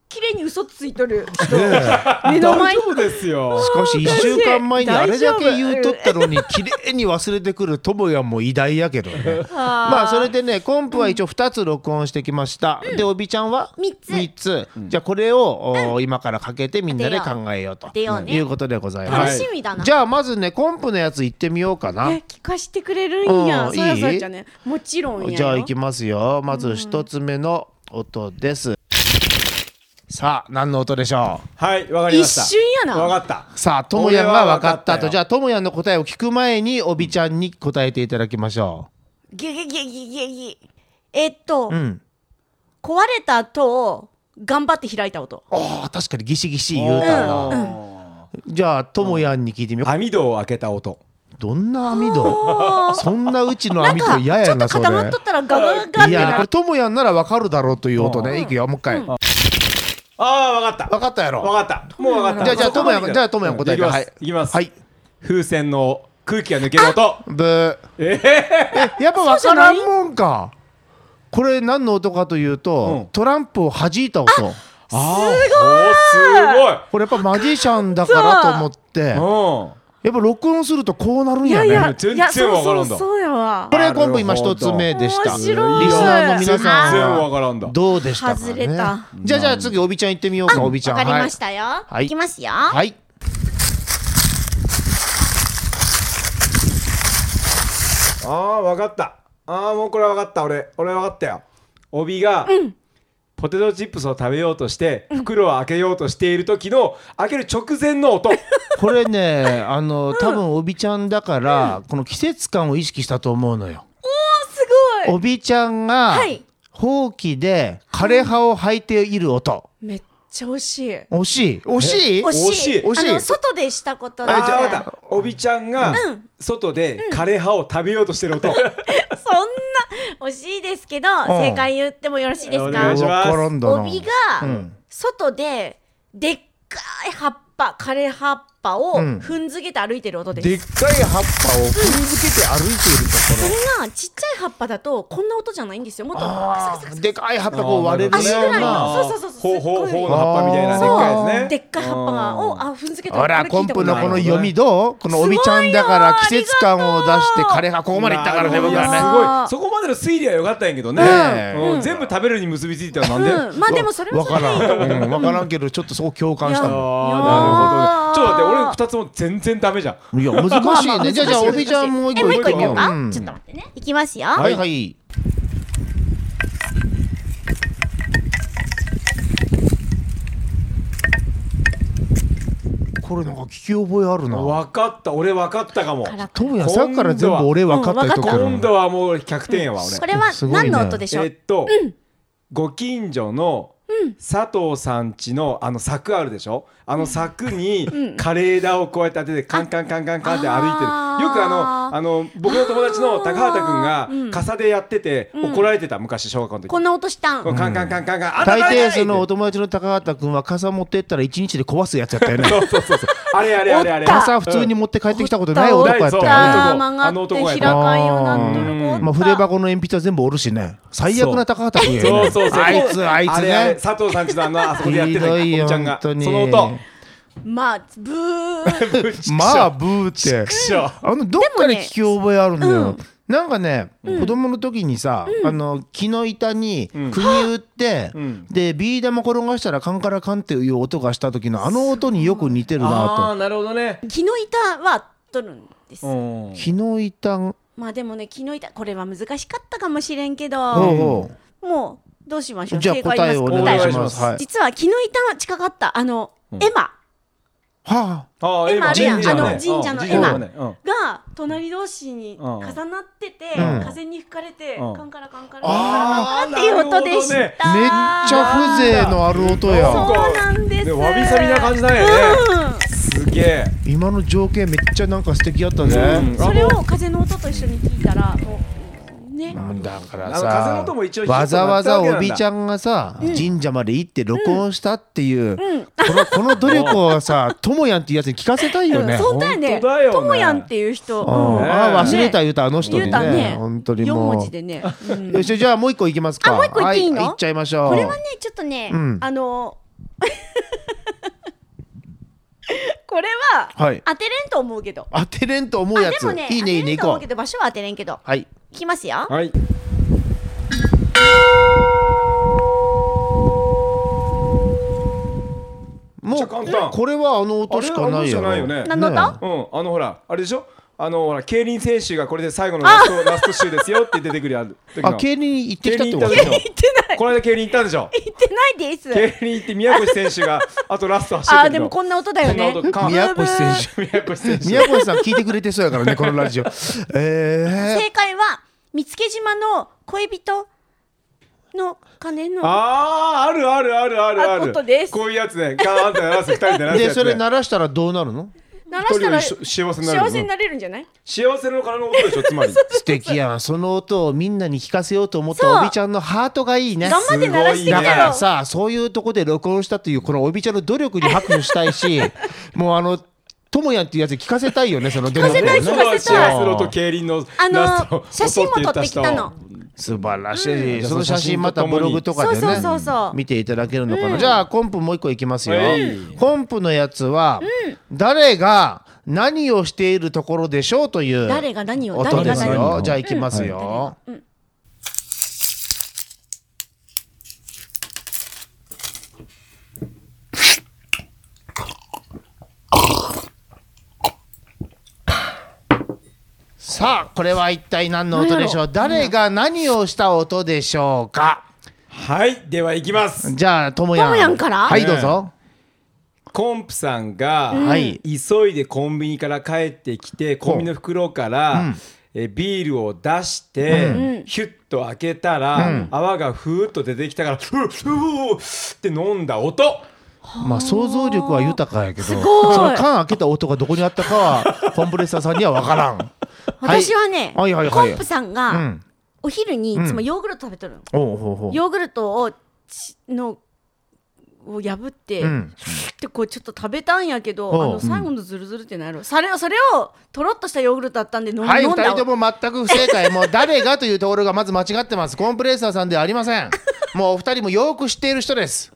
[SPEAKER 8] 綺麗に嘘ついとる人
[SPEAKER 3] え、
[SPEAKER 8] 目の前
[SPEAKER 5] 大
[SPEAKER 8] に
[SPEAKER 5] 丈夫ですよ
[SPEAKER 3] 少し1
[SPEAKER 8] しい
[SPEAKER 3] 週間前にあれだけ
[SPEAKER 8] 大丈夫
[SPEAKER 3] 言うとったのに綺麗に忘れてくるともやも偉大やけど ねまあそれでねコンプは一応2つ録音してきました、でおびちゃんは
[SPEAKER 8] 三つ
[SPEAKER 3] 三つじゃあこれを、お今からかけてみんなで
[SPEAKER 8] 当てよう
[SPEAKER 3] 考えようと
[SPEAKER 8] 当てようね
[SPEAKER 3] いうことでございま
[SPEAKER 8] 楽
[SPEAKER 3] す、
[SPEAKER 8] しみだな。
[SPEAKER 3] じゃあまずねコンプのやつ行ってみようかな
[SPEAKER 8] え聞かしてくれるんや。
[SPEAKER 3] うん
[SPEAKER 8] そうや
[SPEAKER 3] いい
[SPEAKER 8] そうやじゃね。もちろんやよ。
[SPEAKER 3] じゃあ行きますよまず1つ目の音です、さあ何の音でしょう
[SPEAKER 5] はいわかりました
[SPEAKER 8] 一瞬やな
[SPEAKER 5] わかった
[SPEAKER 3] さあ、ともやんが分かった
[SPEAKER 5] 俺は分かった
[SPEAKER 3] と、
[SPEAKER 5] よ
[SPEAKER 3] じゃあ、ともやんの答えを聞く前に、おびちゃんに答えていただきましょ
[SPEAKER 8] ギュギュギュギュギュギュえっと、
[SPEAKER 3] う。うん。
[SPEAKER 8] 壊れた後を頑張って開いた音。
[SPEAKER 3] ああ、確かにギシギシ言うたな。じゃあ、ともやんに聞いてみよう。
[SPEAKER 5] 網戸を開けた音
[SPEAKER 3] どんな網戸そんなうちの網
[SPEAKER 8] なんか
[SPEAKER 3] 戸
[SPEAKER 8] ち
[SPEAKER 3] 嫌
[SPEAKER 8] ょ
[SPEAKER 3] や
[SPEAKER 8] っ
[SPEAKER 3] な、
[SPEAKER 8] と
[SPEAKER 3] そ
[SPEAKER 8] 固まっ
[SPEAKER 3] れ
[SPEAKER 8] と。ったらガガガガっ
[SPEAKER 3] い
[SPEAKER 8] て
[SPEAKER 3] や、こ
[SPEAKER 8] な
[SPEAKER 3] れ
[SPEAKER 8] る。
[SPEAKER 3] ともやんなら分かるだろうという音ね。いくよ、もう一回。分
[SPEAKER 5] ああわかった
[SPEAKER 3] かったやろ。
[SPEAKER 5] わかったもうわかった
[SPEAKER 3] じゃあ、じゃあ、
[SPEAKER 5] そ
[SPEAKER 3] と
[SPEAKER 5] こ
[SPEAKER 3] も
[SPEAKER 5] ま
[SPEAKER 3] や
[SPEAKER 5] で
[SPEAKER 3] ん、じゃあ、ともやん答えて。
[SPEAKER 5] いきます
[SPEAKER 3] はい。
[SPEAKER 5] いきま
[SPEAKER 3] はい。
[SPEAKER 5] す風船の空気が抜ける音
[SPEAKER 3] ブ
[SPEAKER 5] え
[SPEAKER 3] えやっぱ分からんもんかこれ何の音かというと、
[SPEAKER 5] うん
[SPEAKER 3] トランプを弾いた音
[SPEAKER 5] あー
[SPEAKER 3] これやっぱマジシャンだからと思って
[SPEAKER 5] おーす
[SPEAKER 3] や
[SPEAKER 5] ごいうん
[SPEAKER 3] っぱ録音するとこうなるん
[SPEAKER 8] いや
[SPEAKER 3] やね
[SPEAKER 8] いや、
[SPEAKER 5] 全然
[SPEAKER 8] いやそう
[SPEAKER 5] わから
[SPEAKER 8] そうん
[SPEAKER 5] だ
[SPEAKER 8] そうやわ
[SPEAKER 3] こ。れが今度今一つ目でした
[SPEAKER 8] 面
[SPEAKER 3] リス
[SPEAKER 8] 白い。
[SPEAKER 3] ナーの皆
[SPEAKER 5] 全然
[SPEAKER 3] さん
[SPEAKER 5] わ
[SPEAKER 3] は
[SPEAKER 5] からんだ
[SPEAKER 3] どうでしたか
[SPEAKER 8] 外
[SPEAKER 3] ね
[SPEAKER 8] れた
[SPEAKER 3] じゃあじゃあ次おびちゃん行ってみようかおびちゃん
[SPEAKER 9] わかり
[SPEAKER 3] はい
[SPEAKER 9] ましたよ。
[SPEAKER 3] はい
[SPEAKER 9] い、きますよ。
[SPEAKER 3] はい
[SPEAKER 5] あー分かったあーもうこれ分かった俺俺分かったよ帯が、ポテトチップスを食べようとして袋を開けようとしている時の開ける直前の 音
[SPEAKER 3] これねあの多分おびちゃんだからこの季節感を意識したと思うのよ
[SPEAKER 8] すごい。
[SPEAKER 3] おびちゃんが
[SPEAKER 8] はい
[SPEAKER 3] ほうきで枯れ葉を履いている音
[SPEAKER 8] めっちゃ惜しい。
[SPEAKER 3] 惜しい惜しい
[SPEAKER 9] 惜しい。
[SPEAKER 3] 惜しい
[SPEAKER 9] あの外でしたことで。
[SPEAKER 5] あじゃあ分かった帯ちゃんが外で枯れ葉を食べようとして る音
[SPEAKER 9] そんな惜しいですけど、正解言ってもよろしいです
[SPEAKER 5] お願
[SPEAKER 9] か
[SPEAKER 5] いし。ます
[SPEAKER 3] 転んだな
[SPEAKER 9] 帯が外ででっかい葉っぱ、枯れ葉っぱを
[SPEAKER 3] ん
[SPEAKER 9] 踏んづけて歩いてる音です。
[SPEAKER 3] でっかい葉っぱを踏んづけて歩いている
[SPEAKER 9] それがちっちゃい葉っぱだとこんな音じゃないんですよ。もっとカサ
[SPEAKER 3] とこ
[SPEAKER 9] カサカ
[SPEAKER 3] ろでかい葉っぱこう割れる
[SPEAKER 9] 足ぐ
[SPEAKER 3] よう
[SPEAKER 9] らい
[SPEAKER 3] な
[SPEAKER 9] の。そうそうそうそう。
[SPEAKER 5] ほうほう
[SPEAKER 9] すっごい
[SPEAKER 5] ほ
[SPEAKER 9] う
[SPEAKER 5] の葉っぱみたいなでっかいやつね
[SPEAKER 9] でっかい葉っぱがをあ踏んづけて
[SPEAKER 3] ほらコンプのこの読みどうこの
[SPEAKER 9] す
[SPEAKER 3] お
[SPEAKER 9] ごい
[SPEAKER 3] び
[SPEAKER 9] よ
[SPEAKER 3] ちゃんだから季節感を出して枯れ葉ここ
[SPEAKER 5] こ
[SPEAKER 3] までいったからね僕
[SPEAKER 5] す
[SPEAKER 3] はね
[SPEAKER 5] ごいそこまでの推理は良かったんやけどね、
[SPEAKER 3] ねえ
[SPEAKER 5] うん全部食べるに結びついたらなんで、
[SPEAKER 8] うん、まあでもそれは
[SPEAKER 3] わ
[SPEAKER 8] それ
[SPEAKER 3] か
[SPEAKER 8] でいい
[SPEAKER 3] らんうんわからんけどちょっとそこ共感したもん
[SPEAKER 5] あーなるほどねちょっと待って
[SPEAKER 9] あ
[SPEAKER 5] 俺
[SPEAKER 9] ー
[SPEAKER 5] 二つも全然ダメじゃん
[SPEAKER 3] いや難しいね。じゃあじゃあおびちゃんもう一
[SPEAKER 9] え
[SPEAKER 3] 個
[SPEAKER 9] もう一個い
[SPEAKER 3] 行ってみ
[SPEAKER 9] こ
[SPEAKER 3] よ
[SPEAKER 9] うか、
[SPEAKER 3] うん
[SPEAKER 9] ちょっと待ってねいきますよ、
[SPEAKER 3] はいはい。これなんか聞き覚えあるな。
[SPEAKER 5] 分かった俺分かったかも
[SPEAKER 3] トムヤさんから全部俺分かったりとか。
[SPEAKER 5] 今度はもう100点やわ俺
[SPEAKER 9] これは
[SPEAKER 3] すごいね
[SPEAKER 9] 何の音でしょう、
[SPEAKER 5] えっと、ご近所の佐藤さん家のあの柵あるでしょあの柵に枯れ枝をこうやって当ててカンカンカンカンカンって歩いてる
[SPEAKER 9] あー
[SPEAKER 5] よくあのあの僕の友達の高畑君が傘でやってて怒られてた昔小学校の時
[SPEAKER 9] こんな音したん
[SPEAKER 5] こうカンカンカンカンカンあんた
[SPEAKER 3] 大
[SPEAKER 5] 誰
[SPEAKER 3] 抵
[SPEAKER 5] 々
[SPEAKER 3] その
[SPEAKER 5] っ
[SPEAKER 3] お友達の高畑君は傘持ってったら一日で壊すやつやったよね
[SPEAKER 5] て。そうそうそうそうあれあれあれあれ
[SPEAKER 3] 傘普通に持って帰ってきたことない男やったよ
[SPEAKER 5] あ
[SPEAKER 3] ね。
[SPEAKER 5] の
[SPEAKER 8] あー曲が
[SPEAKER 5] 男あの
[SPEAKER 8] って
[SPEAKER 5] 男や
[SPEAKER 8] 開
[SPEAKER 5] ね
[SPEAKER 8] かんようになっとる子おった
[SPEAKER 3] まあ筆箱の鉛筆は全部折るしね。最悪な高畑君や
[SPEAKER 5] そ
[SPEAKER 3] ね
[SPEAKER 5] うそうそう
[SPEAKER 3] あいつあいつ
[SPEAKER 5] れあれ
[SPEAKER 3] ね。
[SPEAKER 5] 佐藤さんちのあのあそこでやってた
[SPEAKER 3] ひどいよ
[SPEAKER 5] おちゃんがそ
[SPEAKER 3] 本当に
[SPEAKER 5] の音
[SPEAKER 8] まあブー
[SPEAKER 3] まあブーって。
[SPEAKER 5] しょ
[SPEAKER 3] あのどっかで聞き覚えあるんだよ。なんかね、子供の時にさ、あの木の板に
[SPEAKER 5] ん
[SPEAKER 3] 釘打って、
[SPEAKER 5] ん
[SPEAKER 3] でビー玉転がしたらカンカラカンっていう音がした時のあの音によく似てる
[SPEAKER 5] ああ
[SPEAKER 3] な
[SPEAKER 5] ーなるほどね
[SPEAKER 9] 木の板は取るんです、
[SPEAKER 5] うん
[SPEAKER 3] と。木の板ん、
[SPEAKER 9] まあでもね木の板これは難しかったかもしれんけ
[SPEAKER 3] ほう
[SPEAKER 9] ど、
[SPEAKER 3] ほ
[SPEAKER 9] もうどうしましょ
[SPEAKER 3] う
[SPEAKER 9] う
[SPEAKER 3] じゃあ
[SPEAKER 9] 正解言
[SPEAKER 3] 答え
[SPEAKER 9] い
[SPEAKER 3] をお
[SPEAKER 9] ますか
[SPEAKER 3] 願い
[SPEAKER 5] 答え
[SPEAKER 3] し
[SPEAKER 5] を
[SPEAKER 3] ます。はい。
[SPEAKER 9] 実は木の板は近かったあの、エマ
[SPEAKER 3] は
[SPEAKER 5] ああ
[SPEAKER 9] 絵もあるやん
[SPEAKER 5] 神社
[SPEAKER 9] あの神社の
[SPEAKER 5] ね
[SPEAKER 9] 絵も
[SPEAKER 5] うん神社ね
[SPEAKER 9] が隣同士に重なってて、
[SPEAKER 3] うん
[SPEAKER 9] 風に吹かれて、
[SPEAKER 5] うん
[SPEAKER 9] カンカラカンカラカ
[SPEAKER 5] あー
[SPEAKER 9] ンカラカンっていう音でした、
[SPEAKER 5] なる
[SPEAKER 3] あ、めっちゃ風情のある音
[SPEAKER 5] そう
[SPEAKER 3] や。
[SPEAKER 5] か
[SPEAKER 9] そうなんです、
[SPEAKER 5] ねわびさびな感じなんやね
[SPEAKER 9] う
[SPEAKER 5] すげえ
[SPEAKER 3] 今の情景めっちゃなんか素敵だった
[SPEAKER 5] うん
[SPEAKER 3] ね。
[SPEAKER 9] ん、それを風の音と一緒に聞いたらもうね
[SPEAKER 3] だから
[SPEAKER 5] あの風の音も一応
[SPEAKER 3] わざわざおびち
[SPEAKER 5] ん
[SPEAKER 3] ゃんがさ、神社まで行って録音したっていう、この この努力をさともやんっていうやつに聞かせたいよね。
[SPEAKER 9] そうだよね
[SPEAKER 5] 本当だよね
[SPEAKER 9] ともやんっていう人、
[SPEAKER 3] うん
[SPEAKER 9] うん
[SPEAKER 3] あー忘れた言うたあの人
[SPEAKER 9] 言
[SPEAKER 3] に
[SPEAKER 9] うた
[SPEAKER 3] ね
[SPEAKER 9] ね
[SPEAKER 3] 本当に
[SPEAKER 9] 四
[SPEAKER 3] もう
[SPEAKER 9] 文字でね、うん
[SPEAKER 3] よしじゃあもう一個いきますか
[SPEAKER 9] あもう一個いっていいの
[SPEAKER 3] はい、いっちゃいましょう
[SPEAKER 9] これはねちょっとね、
[SPEAKER 3] うん
[SPEAKER 9] あの これは、
[SPEAKER 3] はい
[SPEAKER 9] 当てれんと思うけど
[SPEAKER 3] 当てれんと思う
[SPEAKER 9] あ
[SPEAKER 3] や
[SPEAKER 9] で
[SPEAKER 3] つ
[SPEAKER 9] もね
[SPEAKER 3] いいねいいね
[SPEAKER 9] 当てれんと思
[SPEAKER 3] 行
[SPEAKER 9] う
[SPEAKER 3] こ
[SPEAKER 9] け
[SPEAKER 3] う
[SPEAKER 9] ど場所は当てれんけど
[SPEAKER 3] はい
[SPEAKER 9] いきますよ
[SPEAKER 5] はい
[SPEAKER 3] もう
[SPEAKER 5] めっちゃ簡単
[SPEAKER 3] これはあの音しかないよ
[SPEAKER 5] あれあの音しかないよね
[SPEAKER 9] 何の音
[SPEAKER 5] うんあのほらあれでしょあのほら競輪選手がこれで最後のラストラスト週ですよって出てくるやつ
[SPEAKER 3] あ競輪に行ってきたって
[SPEAKER 5] 行
[SPEAKER 3] こ
[SPEAKER 5] った
[SPEAKER 3] と
[SPEAKER 5] でしょこの間競輪行ったんでしょ
[SPEAKER 9] 言ってないです
[SPEAKER 5] 競輪行って宮越選手があとラスト走って
[SPEAKER 9] あ
[SPEAKER 5] る
[SPEAKER 9] ーでもこんな音だよね
[SPEAKER 5] こんな音か
[SPEAKER 3] 宮越選手
[SPEAKER 5] 手宮越選手
[SPEAKER 3] 宮越さん聞いてくれてそうやからねこのラジオえ
[SPEAKER 9] 正解は見附島の恋人の鐘の
[SPEAKER 5] あーあるあるあるあるあ
[SPEAKER 9] あ
[SPEAKER 5] る
[SPEAKER 9] ことです
[SPEAKER 5] こういうやつねガーンって鳴らす二人で鳴
[SPEAKER 3] ー、
[SPEAKER 5] らすやつね
[SPEAKER 3] でそれ鳴らしたらどうなるの
[SPEAKER 9] 鳴ら
[SPEAKER 5] 一
[SPEAKER 9] し
[SPEAKER 5] 人
[SPEAKER 9] た
[SPEAKER 5] より
[SPEAKER 9] ら
[SPEAKER 5] し幸せになる
[SPEAKER 9] 幸せになれるんじゃない
[SPEAKER 5] 幸せの鐘の音でしょつまり
[SPEAKER 3] 素敵やんその音をみんなに聞かせようと思っ
[SPEAKER 9] そう
[SPEAKER 3] たおびちゃんのハートがいいね
[SPEAKER 9] 頑張って鳴らしてみ
[SPEAKER 5] す
[SPEAKER 9] た
[SPEAKER 5] ごい
[SPEAKER 3] だ
[SPEAKER 5] ね
[SPEAKER 3] から
[SPEAKER 9] よ
[SPEAKER 3] さそういうとこで録音したというこのおびちゃんの努力に拍手したいしもうあのともやんっていうやつに聞かせたいよねその聞
[SPEAKER 9] かせたい聞かせたい
[SPEAKER 5] スロと競輪の
[SPEAKER 9] あの
[SPEAKER 5] ナスと
[SPEAKER 9] 写真も撮ってきたの
[SPEAKER 1] 素晴らしい、
[SPEAKER 3] じゃあ
[SPEAKER 1] その写真またブログとか
[SPEAKER 9] そう
[SPEAKER 1] でね
[SPEAKER 9] そうそうそう
[SPEAKER 3] 見ていただけるのかな、じゃあコンプもう一個いきますよ、
[SPEAKER 5] はい
[SPEAKER 3] コンプのやつは、誰が何をしているところでしょうという
[SPEAKER 9] 誰が何を
[SPEAKER 3] 音
[SPEAKER 9] 誰
[SPEAKER 3] で
[SPEAKER 9] が
[SPEAKER 3] す
[SPEAKER 9] 何
[SPEAKER 3] よ、
[SPEAKER 9] を
[SPEAKER 3] じゃあいきますよ、さあこれは一体何の音でしょう誰が何をした音でしょうか
[SPEAKER 5] はいではいきます
[SPEAKER 3] じゃあともやん
[SPEAKER 9] ともやんから
[SPEAKER 3] はいどうぞ、
[SPEAKER 5] コンプさんが、
[SPEAKER 3] はい
[SPEAKER 5] 急いでコンビニから帰ってきてコンビニの袋から、えビールを出して、ヒュッと開けたら、泡がふーっと出てきたからふーふーって飲んだ音
[SPEAKER 3] まあ想像力は豊かやけどそ
[SPEAKER 9] ごい
[SPEAKER 3] の缶開けた音がどこにあったかはコンプレッサーさんには分からん
[SPEAKER 9] 私はねコ
[SPEAKER 3] はいはいはいはい
[SPEAKER 9] ンプさん
[SPEAKER 3] う
[SPEAKER 9] が
[SPEAKER 3] ん
[SPEAKER 9] お昼にいつもヨーグルト食べとるの
[SPEAKER 3] おうほうほう
[SPEAKER 9] ヨーグルトをちのを破って、
[SPEAKER 3] ん
[SPEAKER 9] ってこうちょっと食べたんやけど、
[SPEAKER 3] おう
[SPEAKER 9] あの最後のズルズルってなる、それをそれをとろっとしたヨーグルトだったんで飲,、
[SPEAKER 3] はい
[SPEAKER 9] 飲
[SPEAKER 3] 2
[SPEAKER 9] んだ
[SPEAKER 3] 人とも全く不正解もう 誰がというところがまず間違ってますコンプレッサーさんではありませんもうお二人もよく知っている人です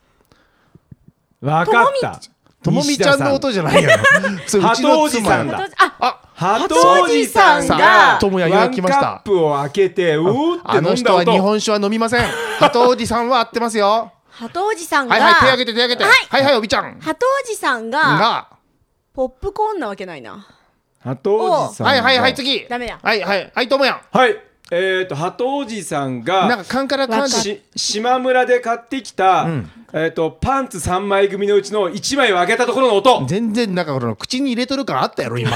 [SPEAKER 5] わかった
[SPEAKER 3] ともみちゃんの音じゃ ないよそれうちの妻
[SPEAKER 5] 鳩おじさんだ
[SPEAKER 9] 私あ
[SPEAKER 3] あ
[SPEAKER 5] 鳩お
[SPEAKER 9] お
[SPEAKER 5] じ
[SPEAKER 9] じ
[SPEAKER 5] さ
[SPEAKER 9] さ
[SPEAKER 5] ん
[SPEAKER 9] ん
[SPEAKER 5] が
[SPEAKER 9] が
[SPEAKER 3] さあともやん
[SPEAKER 5] ワ
[SPEAKER 3] が
[SPEAKER 5] ン
[SPEAKER 3] 来ました
[SPEAKER 5] カップを開けてうーって
[SPEAKER 3] あの
[SPEAKER 5] 飲ん
[SPEAKER 3] 人
[SPEAKER 5] だ
[SPEAKER 3] は
[SPEAKER 5] 音
[SPEAKER 3] 日本酒は飲みません鳩おじさんは合って ますよ
[SPEAKER 9] 鳩おじさんが、
[SPEAKER 3] はいはい手挙げて手挙げて
[SPEAKER 9] はい
[SPEAKER 3] はいはいおびちゃん
[SPEAKER 9] 鳩おじさんが
[SPEAKER 3] が
[SPEAKER 9] ポップコーンなわけないな
[SPEAKER 5] 鳩おじさんが
[SPEAKER 3] はいはいはい次
[SPEAKER 9] ダメだ
[SPEAKER 3] はいはいはいともやん
[SPEAKER 5] はいえー、と鳩おじさんが
[SPEAKER 3] なんか缶から缶で
[SPEAKER 5] し島村で買ってきた、えー、とパンツ3枚組のうちの1枚を開けたところの 音
[SPEAKER 3] 全然なんかこの口に入れとる感あったやろ今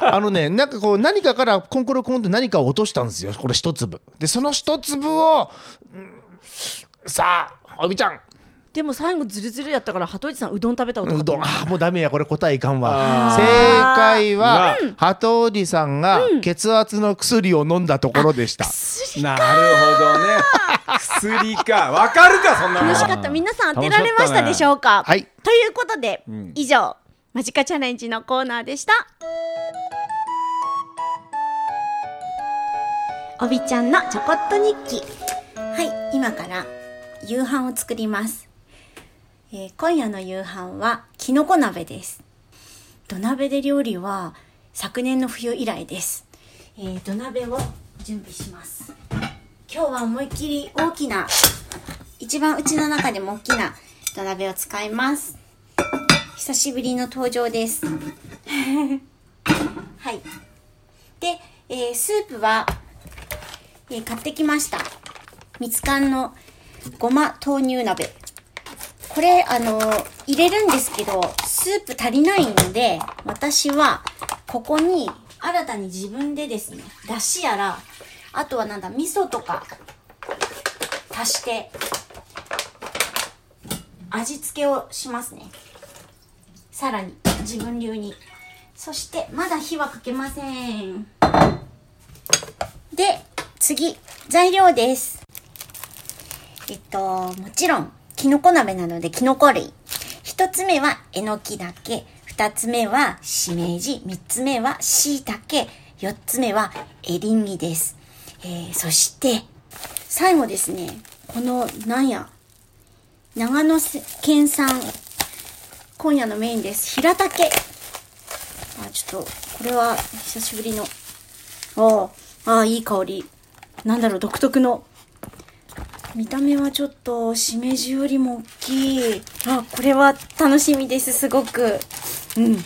[SPEAKER 3] あのねなんかこう何かからコンコロコンって何かを落としたんですよこれ一粒でその一粒を、うんさあおびちゃん
[SPEAKER 9] でも最後ズルズルやったから鳩おじさんうどん食べた音
[SPEAKER 3] うどんあーもうダメやこれ答えいかんわ
[SPEAKER 5] あ
[SPEAKER 3] 正解は
[SPEAKER 5] あー
[SPEAKER 3] 鳩おじさんが血圧の薬を飲んだところでした、
[SPEAKER 5] なるほどね薬かわかるかそんなの
[SPEAKER 9] 楽しかった皆さん当てられましたでしょうか
[SPEAKER 3] はい
[SPEAKER 9] ということで、以上マジカチャレンジのコーナーでした
[SPEAKER 4] おびちゃんのちょこっと日記はい今から夕飯を作ります、えー今夜の夕飯はきのこ鍋です土鍋で料理は昨年の冬以来です、えー土鍋を準備します今日は思いっきり大きな一番うちの中でも大きな土鍋を使います久しぶりの登場です はいで、えースープはえー買ってきました。みつかんのごま豆乳鍋。これ、あのー入れるんですけど、スープ足りないので、私は、ここに、新たに自分でですね、だしやら、あとはなんだ、味噌とか、足して、味付けをしますね。さらに、自分流に。そして、まだ火はかけません。で、次、材料です。えっと、もちろん、きのこ鍋なので、きのこ類。一つ目は、えのきだけ。二つ目は、しめじ。三つ目は、しいたけ。四つ目は、エリンギです。えー、そして、最後ですね、この、なんや、長野県産、今夜のメインです。平たけ。あ、ちょっと、これは、久しぶりのああ、ああ、いい香り。なんだろう、独特の。見た目はちょっと、しめじよりも大きい。あ、これは楽しみです、すごく。うん。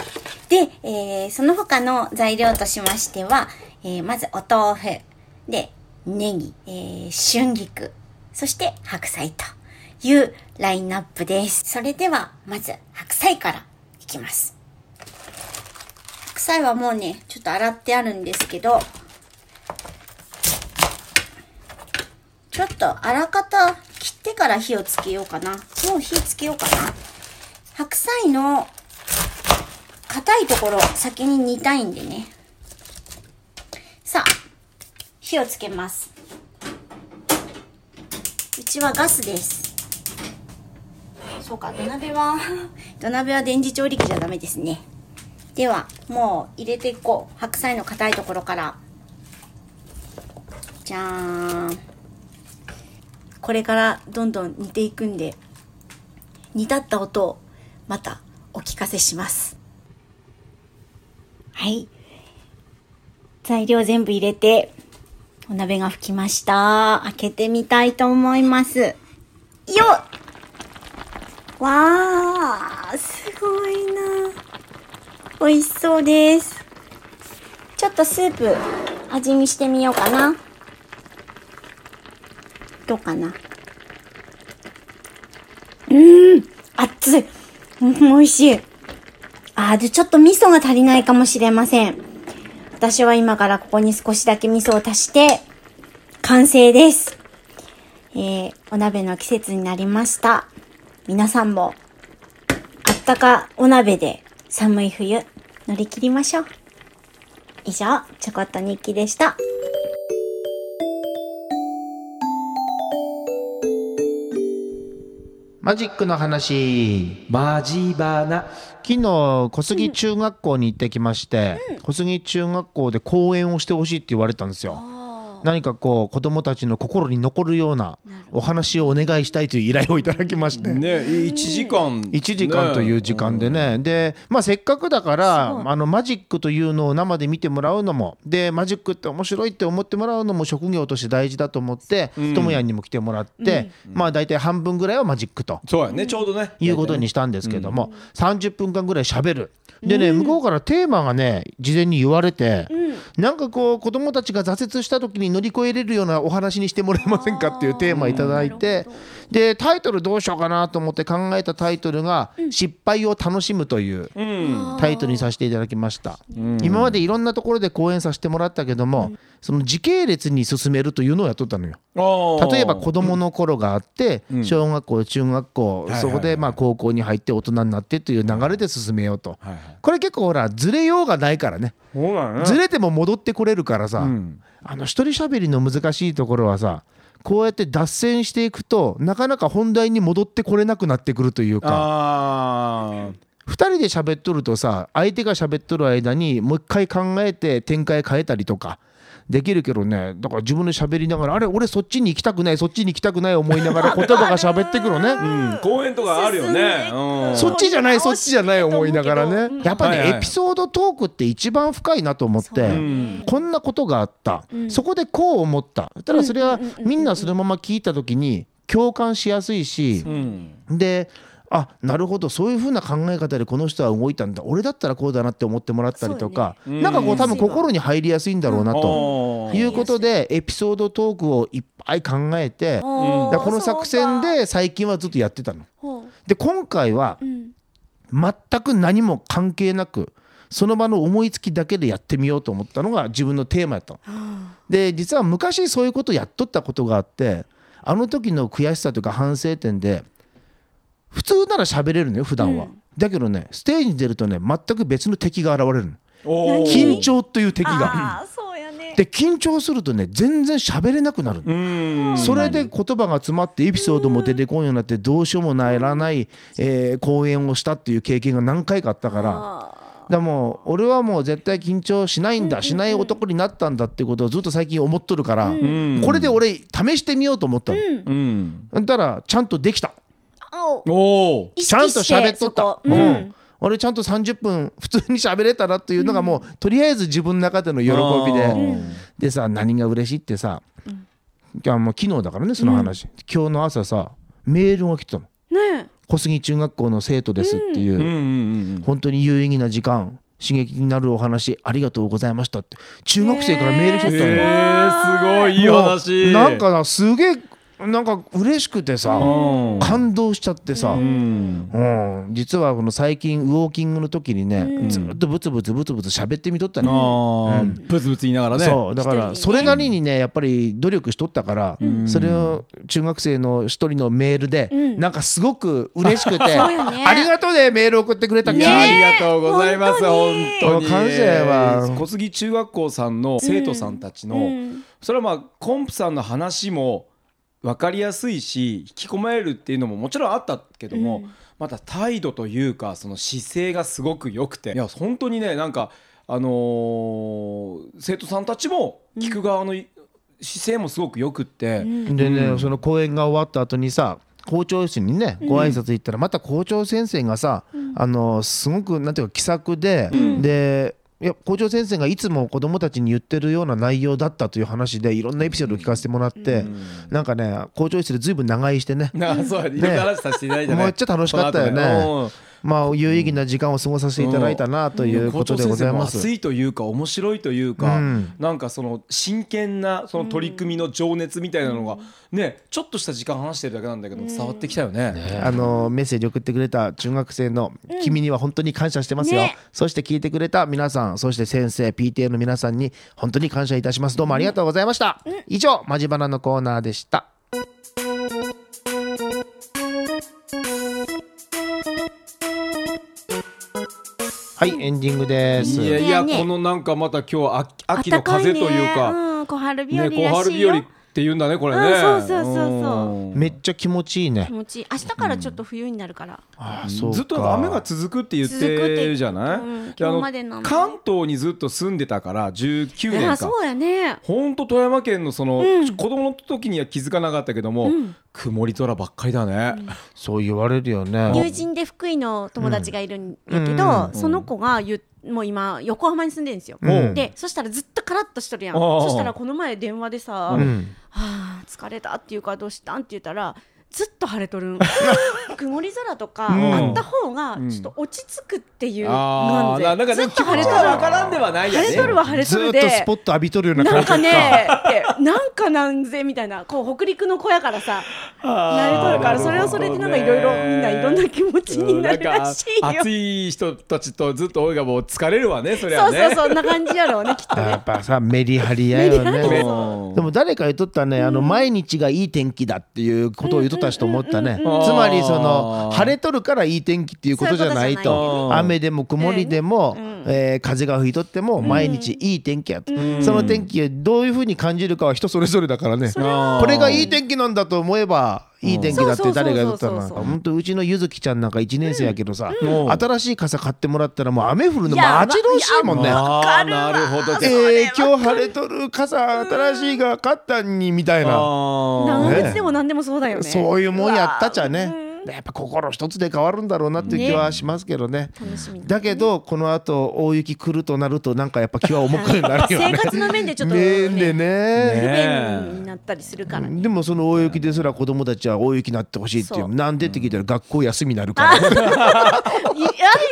[SPEAKER 4] で、えーその他の材料としましては、えーまずお豆腐。で、ネギ、えー春菊。そして白菜というラインナップです。それでは、まず白菜からいきます。白菜はもうね、ちょっと洗ってあるんですけど、ちょっとあらかた切ってから火をつけようかな。もう火つけようかな。白菜の硬いところ先に煮たいんでね。さあ、火をつけます。うちはガスです。そうか、土鍋は、土鍋は電磁調理器じゃダメですね。ではもう入れていこう白菜の硬いところからじゃーんこれからどんどん煮ていくんで煮立った音をまたお聞かせしますはい材料全部入れてお鍋が吹きました開けてみたいと思いますよっわーすごいな美味しそうですちょっとスープ味見してみようかなどうかなうーん熱いうん美味しいあーでちょっと味噌が足りないかもしれません私は今からここに少しだけ味噌を足して、完成です。えー、お鍋の季節になりました。皆さんも、あったかお鍋で寒い冬、乗り切りましょう。以上、ちょこっと日記でした。
[SPEAKER 3] マジックの話
[SPEAKER 5] マジバナ
[SPEAKER 3] 昨日小杉中学校に行ってきまして、小杉中学校で講演をしてほしいって言われたんですよ。何かこう子どもたちの心に残るようなお話をお願いしたいという依頼をいただきまして、
[SPEAKER 5] ね1時間
[SPEAKER 3] 1時間という時間でねで、まあ、せっかくだからあのマジックというのを生で見てもらうのもでマジックって面白いって思ってもらうのも職業として大事だと思ってともやんにも来てもらって、まあ大体半分ぐらいはマジックと。
[SPEAKER 5] そうやねちょうどね
[SPEAKER 3] いうことにしたんですけども、30分間ぐらい喋るでね、向こうからテーマがね事前に言われて、なんかこう子供たちが挫折した時に乗り越えれるようなお話にしてもらえませんかっていうテーマいただいて、でタイトルどうしようかなと思って考えたタイトルが「失敗を楽しむ」というタイトルにさせていただきました、今までいろんなところで講演させてもらったけども、その時系列に進めるというのをやっとったのよ。例
[SPEAKER 5] 例
[SPEAKER 3] えば子どもの頃があって小学校中学校
[SPEAKER 5] はいはい
[SPEAKER 3] そこでまあ高校に入って大人になってという流れで進めようと
[SPEAKER 5] はいはい
[SPEAKER 3] これ結構ほらずれようがないからね
[SPEAKER 5] そうだね
[SPEAKER 3] ずれても戻ってこれるからさ
[SPEAKER 5] ん
[SPEAKER 3] あの一人しゃべりの難しいところはさこうやって脱線していくとなかなか本題に戻ってこれなくなってくるというか
[SPEAKER 5] あ
[SPEAKER 3] 2人で喋っとるとさ相手が喋っとる間にもう一回考えて展開変えたりとかできるけどねだから自分で喋りながらあれ俺そっちに行きたくないそっちに行きたくない思いなが ら言葉が喋ってくるね。
[SPEAKER 5] あ公園とかあるよねうん
[SPEAKER 3] そっちじゃないそっちじゃない思いながらねやっぱ
[SPEAKER 5] はいは
[SPEAKER 3] ね
[SPEAKER 5] い
[SPEAKER 3] エピソードトークって一番深いなと思って
[SPEAKER 5] ん
[SPEAKER 3] こんなことがあったそこでこう思ったただそれはみんなそのまま聞いた時に共感しやすいし
[SPEAKER 5] うん
[SPEAKER 3] であなるほどそういうふうな考え方でこの人は動いたんだ俺だったらこうだなって思ってもらったりとか、
[SPEAKER 5] そうね
[SPEAKER 3] なんかこ
[SPEAKER 5] う
[SPEAKER 3] うん多分心に入りやすいんだろうなと。
[SPEAKER 5] おー
[SPEAKER 3] いうことでエピソードトークをいっぱい考えてだか
[SPEAKER 5] うん
[SPEAKER 3] らこの作戦で最近はずっとやってたの。で今回は全く何も関係なくその場の思いつきだけでやってみようと思ったのが自分のテーマやったの。で実は昔そういうことやっとったことがあってあの時の悔しさというか反省点で普通なら喋れるのよ普段は、だけどねステージに出るとね全く別の敵が現れるの
[SPEAKER 5] おー
[SPEAKER 3] 緊張という敵が
[SPEAKER 8] あそうやね
[SPEAKER 3] で緊張するとね全然喋れなくなるの、
[SPEAKER 5] うん
[SPEAKER 3] それで言葉が詰まってエピソードも出てこんようになってどうしようもないらない、えー講演をしたっていう経験が何回かあったからだからもう俺はもう絶対緊張しないんだしない男になったんだってことをずっと最近思っとるから
[SPEAKER 5] ん
[SPEAKER 3] これで俺試してみようと思ったの。
[SPEAKER 5] うん
[SPEAKER 3] だからちゃんとできた
[SPEAKER 9] お
[SPEAKER 5] おー
[SPEAKER 9] 意
[SPEAKER 3] ちゃんと
[SPEAKER 9] 識して
[SPEAKER 3] 喋っとった
[SPEAKER 9] そこ、うん
[SPEAKER 3] うん俺ちゃんと30分普通に喋れたなというのがもう、とりあえず自分の中での喜びで、
[SPEAKER 5] あー
[SPEAKER 3] でさ何が嬉しいってさ、いやもう昨日だからねその話、今日の朝さメールが来てたの
[SPEAKER 8] ね
[SPEAKER 3] 「小杉中学校の生徒です」っていう、
[SPEAKER 5] うんうん
[SPEAKER 3] 本当に有意義な時間刺激になるお話ありがとうございましたって中学生からメール来
[SPEAKER 5] うん
[SPEAKER 3] てたの、
[SPEAKER 5] えーすごいいい
[SPEAKER 3] もう
[SPEAKER 5] 話
[SPEAKER 3] なんかなすげえなんか嬉しくてさ、
[SPEAKER 5] うん
[SPEAKER 3] 感動しちゃってさ、
[SPEAKER 5] うん
[SPEAKER 3] うん、実はこの最近ウォーキングの時にね、ずっとブツブツブツブツ喋ってみとった
[SPEAKER 5] あ
[SPEAKER 3] の、
[SPEAKER 5] ーブツブツ言いながらね
[SPEAKER 3] そうだからそれなりにねやっぱり努力しとったから、それを中学生の一人のメールで、なんかすごく嬉しくて「ありがとうねメール送ってくれた君
[SPEAKER 5] いやありがとうございます本当に
[SPEAKER 3] もう感謝やわ
[SPEAKER 5] 小杉中学校さんの生徒さんたちの、それはまあコンプさんの話も分かりやすいし引き込まれるっていうのももちろんあったけども、また態度というかその姿勢がすごく良くていや本当にねなんかあのー生徒さんたちも聞く側のい姿勢もすごく良くって、
[SPEAKER 3] でね、その講演が終わった後にさ校長室にねご挨拶行ったらまた校長先生がさ、あのすごくなんていうか気さくで、でいや校長先生がいつも子供たちに言ってるような内容だったという話でいろんなエピソードを聞かせてもらって、なんかね校長室でずいぶん長居してね、
[SPEAKER 5] なんかそういろんな話させていただいてね
[SPEAKER 3] めっちゃ楽しかったよね
[SPEAKER 5] その後うん
[SPEAKER 3] まあ有意義な時間を過ごさせていただいたなということでございま
[SPEAKER 5] 校長先生も
[SPEAKER 3] す
[SPEAKER 5] 熱。いというか面白いというか、
[SPEAKER 3] うん
[SPEAKER 5] なんかその真剣なその取り組みの情熱みたいなのが、ねちょっとした時間話してるだけなんだけど伝わってきたよね。
[SPEAKER 3] あのメッセージ送ってくれた中学生の君には本当に感謝してますよ、
[SPEAKER 9] ね
[SPEAKER 3] そして聞いてくれた皆さんそして先生 PTA の皆さんに本当に感謝いたしますどうもありがとうございました、以上マジバナのコーナーでしたはいエンディングです
[SPEAKER 5] いやいや、
[SPEAKER 9] ね
[SPEAKER 5] このなんかまた今日秋秋の風というか、
[SPEAKER 9] ねうん、小春日
[SPEAKER 5] ね
[SPEAKER 9] 和
[SPEAKER 5] 小
[SPEAKER 9] ら
[SPEAKER 5] 春
[SPEAKER 9] しい
[SPEAKER 5] 日
[SPEAKER 9] よ、
[SPEAKER 5] 和っていうんだねこれね、
[SPEAKER 9] うんそうそうそうそ
[SPEAKER 5] うん
[SPEAKER 3] めっちゃ気持ちいいね
[SPEAKER 9] 気、持ちいい明日からちょっと冬になるから、
[SPEAKER 3] ああそうか
[SPEAKER 5] ずっと雨が続くって言っ
[SPEAKER 9] 続くって
[SPEAKER 5] てるじゃない、
[SPEAKER 9] うん
[SPEAKER 5] であの
[SPEAKER 9] 今までの
[SPEAKER 5] 関東にずっと住んでたから19
[SPEAKER 9] あ
[SPEAKER 5] 年間
[SPEAKER 9] そうやね
[SPEAKER 5] ほんと富山県のその、子供の時には気づかなかったけども、曇り空ばっかりだね、
[SPEAKER 3] そう言われるよ
[SPEAKER 9] 友
[SPEAKER 3] ね
[SPEAKER 9] 人で福井の友達がいるんやけ
[SPEAKER 3] うん
[SPEAKER 9] ど、その子が言うもう今横浜に住んでるんですよ、
[SPEAKER 3] うん
[SPEAKER 9] でそしたらずっとカラッとしとるやん
[SPEAKER 5] ああ
[SPEAKER 9] そしたらこの前電話でさ
[SPEAKER 3] う
[SPEAKER 9] 「は
[SPEAKER 3] ん
[SPEAKER 9] あ疲れた」っていうか「どうしたん?」って言ったら「ずっと晴れとるん曇り空とか
[SPEAKER 5] ん
[SPEAKER 9] あった方がちょっと落ち着くっていう感
[SPEAKER 5] あー
[SPEAKER 9] じ、
[SPEAKER 5] ななんか
[SPEAKER 9] ず
[SPEAKER 5] ね
[SPEAKER 9] っ
[SPEAKER 5] 気
[SPEAKER 9] と晴
[SPEAKER 5] 持
[SPEAKER 9] れ
[SPEAKER 5] ち
[SPEAKER 9] とる
[SPEAKER 5] はわからんではないや
[SPEAKER 9] 晴
[SPEAKER 5] ね
[SPEAKER 9] れとるは晴れと
[SPEAKER 3] ず
[SPEAKER 9] る
[SPEAKER 3] っ
[SPEAKER 9] で
[SPEAKER 3] とスポット浴びとるような
[SPEAKER 9] な
[SPEAKER 3] 感
[SPEAKER 9] ん
[SPEAKER 3] じか
[SPEAKER 9] かねってなんかなんぜみたいなこう北陸の子やからさ慣れとるからそれはそれでなんかいろいろみんないろんな気持ちになるらしいよ
[SPEAKER 5] うんなんか。暑い人たちとずっと俺がもう疲れるわねそり
[SPEAKER 9] そ
[SPEAKER 5] ゃ
[SPEAKER 9] う
[SPEAKER 5] ね
[SPEAKER 9] そうそんな感じやろうねきっと
[SPEAKER 3] や
[SPEAKER 9] ね
[SPEAKER 3] っ。ぱさメリハリやよ
[SPEAKER 9] メリハリ
[SPEAKER 3] ね
[SPEAKER 9] そう
[SPEAKER 5] うん
[SPEAKER 3] でも誰か言っとったね、あの毎日がいい天気だっていうことを言っとった人思ったね、つまりその
[SPEAKER 5] あー
[SPEAKER 3] 晴れとるからいい天気っていうことじゃないと
[SPEAKER 9] そういう
[SPEAKER 5] ことじゃない
[SPEAKER 3] 雨でも曇りでも、えー風が吹いとっても毎日いい天気やと、その天気をどういうふうに感じるかは人それぞれだからねこれがいい天気なんだと思えばいい天気だって誰が言っとった
[SPEAKER 9] うん
[SPEAKER 3] な
[SPEAKER 9] そうそうそうそう
[SPEAKER 3] 本当うちのゆずきちゃんなんか1年生やけどさ、
[SPEAKER 5] うん
[SPEAKER 3] 新しい傘買ってもらったらもう雨降るの
[SPEAKER 9] いや
[SPEAKER 3] 待ち遠しいもんね。
[SPEAKER 5] あーなるほど
[SPEAKER 3] えー、今日晴れとる傘新しいが勝ったにみたいな、
[SPEAKER 5] あ
[SPEAKER 9] 長靴でも何でもそうだよね。
[SPEAKER 3] そういうもんやったじゃねやっぱ心一つで変わるんだろうなっていう気はしますけどね
[SPEAKER 9] 楽しみだ。
[SPEAKER 3] だけどこのあと大雪来るとなるとなんかやっぱ気は重くなるよ ね
[SPEAKER 9] 生活の面でちょっと
[SPEAKER 3] 面で
[SPEAKER 9] ね不
[SPEAKER 3] ね
[SPEAKER 9] 便になったりするからね。
[SPEAKER 3] でもその大雪ですら子供たちは大雪になってほしいってい
[SPEAKER 9] そうう
[SPEAKER 3] なんでって聞いたら学校休みになるから、
[SPEAKER 9] い ある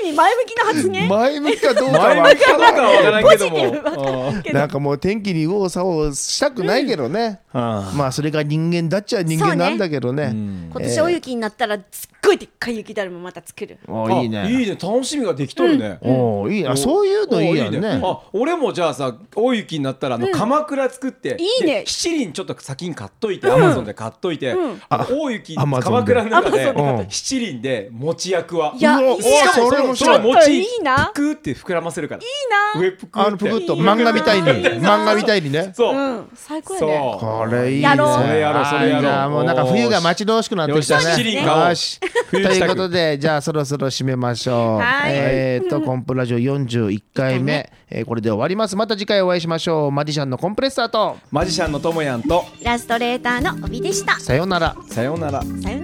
[SPEAKER 9] 意味前向きな発 言。
[SPEAKER 3] 前向きかどうか
[SPEAKER 5] 前
[SPEAKER 3] は
[SPEAKER 5] 向きかどうかはわからんけども
[SPEAKER 9] ポジティブわからんけど
[SPEAKER 3] なんかもう天気に右往左往したくないけどね、まあそれが人間だっちゃ人間なんだけどね
[SPEAKER 9] 今年大雪になったらすっごいでっかい雪だるままた作る。
[SPEAKER 3] お
[SPEAKER 5] あ
[SPEAKER 3] いいね
[SPEAKER 5] いいね楽しみができとるね、
[SPEAKER 3] おおいいなそういうのいいやんね
[SPEAKER 5] おあ俺もじゃあさ大雪になったらあの鎌倉作って、
[SPEAKER 9] いいね
[SPEAKER 5] で七輪ちょっと先に買っといて、アマゾンで買っといて、あの大雪
[SPEAKER 3] Amazon で
[SPEAKER 5] 鎌倉の中
[SPEAKER 9] Amazon
[SPEAKER 5] で
[SPEAKER 9] で
[SPEAKER 3] 買った
[SPEAKER 5] うん七輪で餅役はい
[SPEAKER 9] や
[SPEAKER 3] うわ
[SPEAKER 9] いい
[SPEAKER 5] し
[SPEAKER 9] や
[SPEAKER 5] かも
[SPEAKER 3] それ
[SPEAKER 5] そ
[SPEAKER 3] 面
[SPEAKER 5] のそ
[SPEAKER 3] 白い
[SPEAKER 5] の餅
[SPEAKER 9] いいな
[SPEAKER 5] ぷくって膨らませるからい
[SPEAKER 9] いいな
[SPEAKER 5] 上ぷく
[SPEAKER 3] あの
[SPEAKER 5] っ
[SPEAKER 3] ぷ
[SPEAKER 5] て
[SPEAKER 3] くっと漫画みたいに漫画みたいにね
[SPEAKER 5] そう、
[SPEAKER 9] うん最高や
[SPEAKER 5] そう
[SPEAKER 9] ね。
[SPEAKER 3] これいいね
[SPEAKER 9] やろうそ
[SPEAKER 5] れやろうそれや
[SPEAKER 3] あーいい
[SPEAKER 5] ろう
[SPEAKER 3] なもうなんか冬が待ち遠しくなってきた
[SPEAKER 5] よ
[SPEAKER 3] ね
[SPEAKER 5] し七輪買おう
[SPEAKER 3] よしと
[SPEAKER 5] 冬支度
[SPEAKER 3] いうことでじゃあそろそろ締めましょう
[SPEAKER 9] はい
[SPEAKER 3] えーっとコンプラジオ41回目えーこれで終わりますまた次回お会いしましょうマディシャンのコンプレッサーと
[SPEAKER 5] マジシャンのともやんと
[SPEAKER 9] イラストレーターの帯でした。
[SPEAKER 3] さようなら
[SPEAKER 5] さようなら
[SPEAKER 9] さようなら。